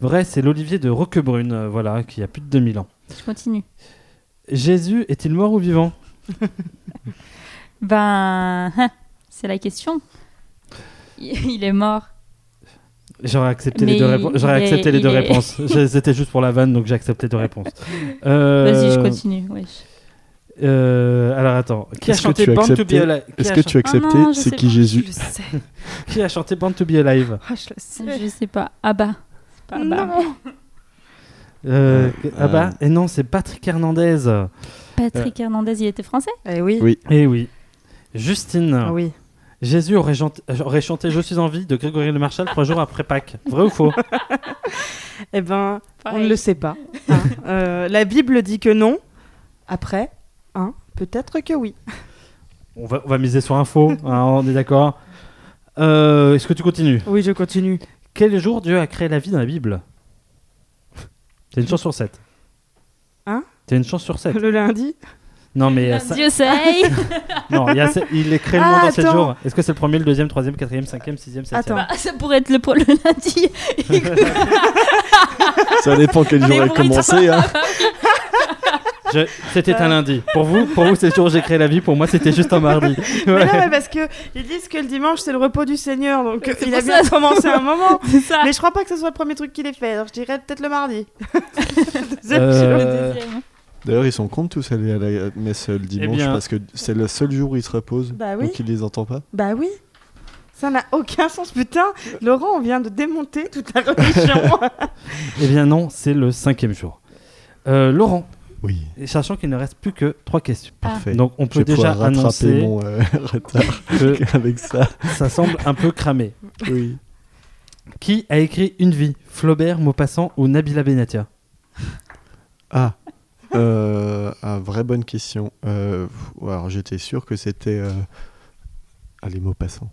C: Vrai, c'est l'Olivier de Roquebrune, euh, voilà, qui a plus de 2000 ans.
B: Je continue.
C: Jésus est-il mort ou vivant
B: Ben, hein, c'est la question. Il il est mort.
C: J'aurais accepté
B: Mais
C: les deux,
B: il-
C: répo- j'aurais
B: il est-
C: accepté les
B: il
C: deux
B: est-
C: réponses. J'ai- C'était juste pour la vanne, donc j'ai accepté deux réponses.
B: Vas-y, je
C: Euh,
B: continue. wesh.
C: euh, alors attends, qui a
E: Est-ce que
C: chanté
E: tu as
C: Born to
E: accepté
C: be Alive Qui
E: Est-ce
C: a
E: que
C: chan-
E: tu as accepté
B: non, ah je
E: C'est
B: sais
E: qui
B: pas.
E: Jésus
D: sais.
C: Qui a chanté Born to be Alive
D: Ah, je le sais.
B: Je sais pas. Ah bah. C'est pas Abba.
C: Euh,
E: Euh,
C: Ah bah, et non, c'est Patrick Hernandez. Euh.
B: Patrick Hernandez, il était français
D: Eh oui.
E: Oui.
C: Eh oui. Justine,
D: Ah oui.
C: Jésus aurait, chanté- aurait chanté Je suis en vie de Grégory Le Marchal trois jours après Pâques. Vrai ou faux
D: Eh ben, on ne le sait pas. hein. Euh, la Bible dit que non. Après, hein, peut-être que oui.
C: on va, on va miser sur un faux, hein, on est d'accord. Euh, Est-ce que tu continues
D: Oui, je continue.
C: Quel jour Dieu a créé la vie dans la Bible C'est une chance sur sept.
D: Hein
C: C'est une chance sur sept.
D: Le lundi
C: Non, mais. euh, ça-
B: Dieu sait.
C: Non, il, y a se- il est créé le
B: Ah,
C: monde en sept
B: attends.
C: jours. Est-ce que c'est le premier, le deuxième, troisième,
D: Euh,
C: quatrième, cinquième, sixième, septième
B: Bah, ça pourrait être le, pro- le lundi.
E: Ça dépend quel jour
B: Mais
E: elle
B: oui,
E: commençait. hein.
C: Je- C'était un lundi. Pour vous, pour vous, c'est le jour où j'ai créé la vie. Pour moi, c'était juste un mardi.
D: Mais
C: Ouais.
D: non, mais parce que ils disent que le dimanche c'est le repos du Seigneur, donc euh,
B: c'est
D: il
B: pour
D: a bien
B: ça.
D: commencé un moment.
B: C'est ça.
C: Euh,
D: Mais je crois pas que ce soit le premier truc qu'il ait fait. Alors je dirais peut-être le mardi.
E: Euh, D'ailleurs, ils sont contents tous aller à la messe euh, le dimanche
C: Eh bien.
E: parce que c'est le seul jour où ils se reposent.
D: Bah oui.
E: Donc ils les entendent pas.
D: Bah oui. Ça n'a aucun sens, putain. Laurent, on vient de démonter toute la religion.
C: Eh bien non, c'est le cinquième jour. Euh, Laurent.
E: Oui.
C: Sachant qu'il ne reste plus que trois questions.
E: Parfait.
C: Ah. Donc on
E: Je
C: peut
E: vais
C: déjà
E: pouvoir rattraper
C: annoncer
E: mon, euh, retard
C: que
E: avec ça.
C: Ça semble un peu cramé.
E: Oui.
C: Qui a écrit Une vie Flaubert, Maupassant ou Nabila Benatia
E: Ah, euh, ah, vraie bonne question. Euh, pff, alors j'étais sûr que c'était euh, ah, les mots passants.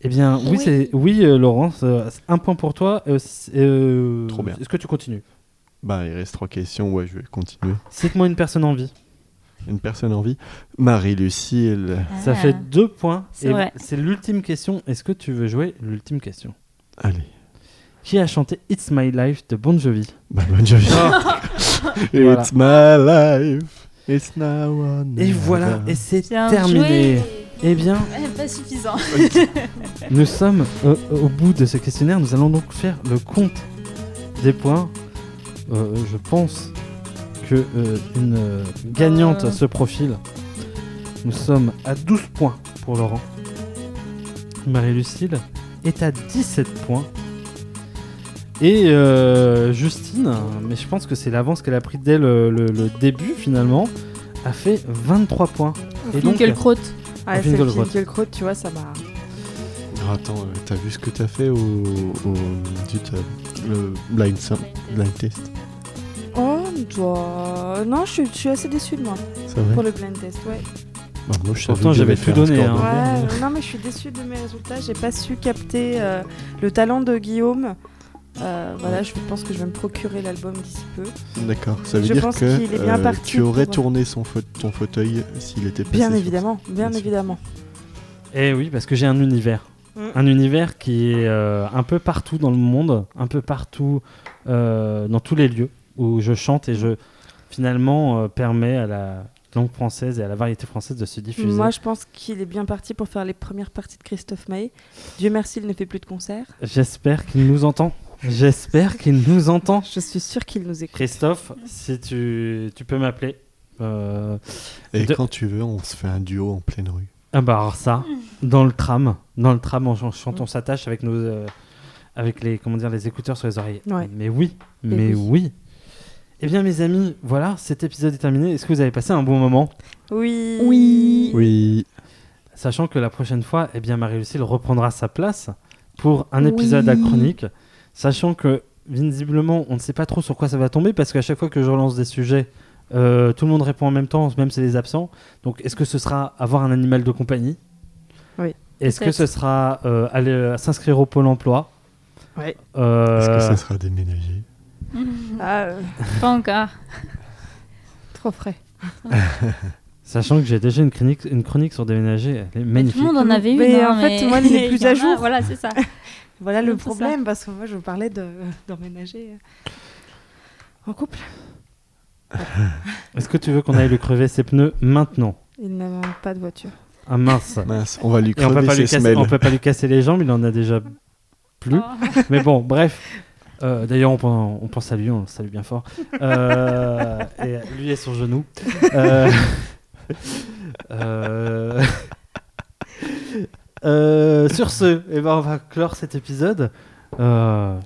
C: Eh bien oui,
E: Oui.
C: c'est oui euh, Laurent, euh, c'est un point pour toi. Euh, c'est- euh,
E: Trop bien.
C: Est-ce que tu continues
E: Bah il reste trois questions. Ouais, je vais continuer.
C: Cite-moi une personne en vie.
E: Une personne en vie. euh, Marie Lucille.
B: Ah.
C: Ça fait deux points.
E: C'est
C: Et
E: vrai.
C: C'est l'ultime question. Est-ce que tu veux jouer l'ultime question
E: Allez.
C: Qui a chanté It's My Life de Bon Jovi
E: Bah, Bon Jovi.
C: Ah. Voilà.
E: It's my life. It's now or
C: Et
E: never.
C: voilà, et c'est
B: Bien
C: terminé.
B: joué.
C: Eh bien,
B: Eh, Pas suffisant.
C: nous sommes euh, au bout de ce questionnaire. Nous allons donc faire le compte des points. Euh, je pense que euh, une euh, gagnante
E: Euh.
C: se profile. Nous sommes à 12 points pour Laurent. Marie-Lucille est à 17 points. Et euh, Justine, mais je pense que c'est l'avance qu'elle a pris dès le, le- le début finalement, a fait 23 points. Et donc,
D: Ouais, Ah, c'est
C: Finkielkraut.
D: le crotte, tu vois, ça m'a.
E: Alors, attends, euh, t'as vu ce que t'as fait au, au zut, euh, le blind, sam- blind test
D: Oh, toi. Non, je suis, je suis assez déçue de moi.
E: C'est vrai
D: Pour le blind test, ouais.
E: Bah, moi, je savais
C: Pourtant,
E: que
C: j'avais
E: j'avais
C: tout
E: fait un
C: donné.
E: score
C: hein.
D: Ouais, euh, non, mais je suis déçue de mes résultats. J'ai pas su capter euh, le talent de Guillaume. Euh, voilà, je pense que je vais me procurer l'album d'ici peu.
C: Bah,
E: D'accord, ça veut
D: Je
E: dire
D: pense
E: que
D: qu'il est bien
E: euh,
D: parti
E: tu aurais
D: pour-
E: tourné son faute- ton fauteuil s'il était passé.
D: Bien
E: sur-
D: évidemment, bien évidemment.
C: Eh oui, parce que j'ai un univers.
D: Mm.
C: Un univers qui est euh, un peu partout dans le monde, un peu partout euh, dans tous les lieux où je chante et je finalement euh, permets à la langue française et à la variété française de se diffuser.
D: Moi, je pense qu'il est bien parti pour faire les premières parties de Christophe Maé. Dieu merci, il ne fait plus de concerts.
C: J'espère qu'il nous entend. J'espère qu'il nous entend.
D: Je suis sûr qu'il nous écoute.
C: Christophe, si tu, tu peux m'appeler. euh,
E: Et
C: de-
E: quand tu veux, on se fait un duo en pleine rue.
C: Ah bah alors ça,
D: Mm.
C: dans le tram, dans le tram en ch- chantant sa tâche avec nos, euh, avec les comment dire les écouteurs sur les oreilles.
D: Ouais.
C: Mais oui,
D: Mais
C: mais
D: oui.
C: oui. Eh bien mes amis, voilà, cet épisode est terminé. Est-ce que vous avez passé un bon moment
D: Oui.
B: Oui.
E: Oui.
C: Sachant que la prochaine fois, eh bien Marie-Lucille reprendra sa place pour un épisode à
B: Oui.
C: chronique, sachant que visiblement on ne sait pas trop sur quoi ça va tomber parce qu'à chaque fois que je relance des sujets, euh, tout le monde répond en même temps, même si les absents. Donc est-ce que ce sera avoir un animal de compagnie
D: Oui.
C: Est-ce que
D: Peut-être.
C: ce sera euh, aller euh, s'inscrire au pôle emploi
D: Ouais.
C: Euh,
E: Est-ce que ça sera déménagé
D: Ah, euh,
B: Pas encore.
D: Trop frais.
C: Sachant que j'ai déjà une chronique, une chronique sur déménager, elle est
B: Tout
C: magnifique.
B: le monde en avait une.
D: Mais
B: hein,
D: en fait,
B: mais-
D: moi, il n'est plus
B: y en
D: à
B: a,
D: jour.
B: Voilà, c'est ça.
D: Voilà le
B: C'est ça.
D: problème, parce que moi, je vous parlais de- d'emménager euh, en couple.
C: Est-ce que tu veux qu'on aille lui crever ses pneus maintenant
D: Il n'a pas de voiture.
C: Ah mince.
E: Mince, on va lui
C: Et on peut
E: crever
C: pas lui
E: ses
C: casser-
E: semelles.
C: On peut pas lui casser les jambes, il en a déjà plus. Mais bon, bref. Euh, D'ailleurs, on, pen- on pense à lui, on le salue bien fort. Euh, et lui est sur genou. Euh, euh, euh, sur ce, eh ben, on va clore cet épisode. Euh,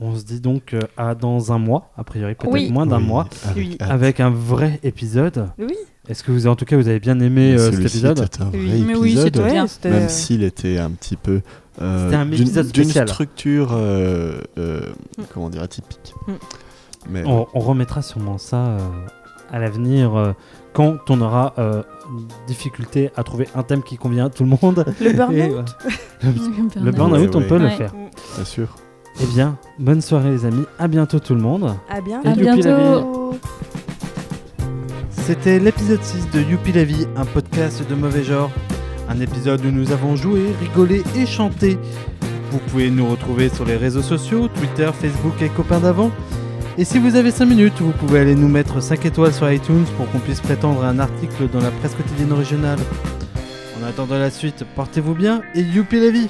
C: on se dit donc euh, à dans un mois, a priori peut-être
B: Oui.
C: moins d'un
E: Oui,
C: mois,
E: avec Oui. hâte.
C: avec un vrai épisode.
D: Oui.
C: Est-ce que vous, en tout cas, vous avez bien aimé euh, cet
E: Celui-ci
C: épisode
E: était un vrai épisode,
D: euh,
E: Même s'il était un petit peu. euh,
C: C'était un
E: d'une-
C: épisode
E: D'une
C: spécial.
E: structure, euh, euh, comment dire, atypique.
C: Mm.
E: Mais
C: on, on remettra sûrement ça euh, à l'avenir euh, quand on aura euh, difficulté à trouver un thème qui convient à tout le monde.
D: Le
C: Et,
D: burn-out.
C: euh, le
D: Le
C: burn-out,
D: burn-out.
C: on
D: Ouais,
C: peut le
D: ouais.
C: faire.
D: Mm.
E: Bien sûr.
C: Eh bien, bonne soirée les amis. À bientôt tout le monde.
D: À
C: Et
D: bientôt.
C: youpi la vie. C'était l'épisode 6 de Youpi la vie, un podcast de mauvais genre.
N: Un épisode où nous avons joué, rigolé et chanté. Vous pouvez nous retrouver sur les réseaux sociaux, Twitter, Facebook et copains d'avant.
C: Et si vous avez 5 minutes, vous pouvez aller nous mettre 5 étoiles sur iTunes pour qu'on puisse prétendre à un article dans la presse quotidienne régionale.
N: En attendant la suite, portez-vous bien et youpi la vie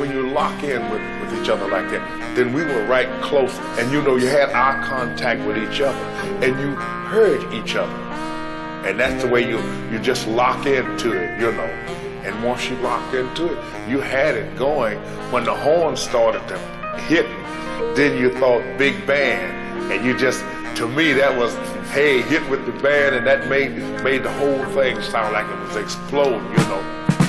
O: When you lock in with, with each other like that, then we were right close, and you know you had eye contact with each other, and you heard each other, and that's the way you you just lock into it, you know. And once you locked into it, you had it going. When the horn started to hit, then you thought big band, and you just to me that was hey hit with the band, and that made made the whole thing sound like it was exploding, you know.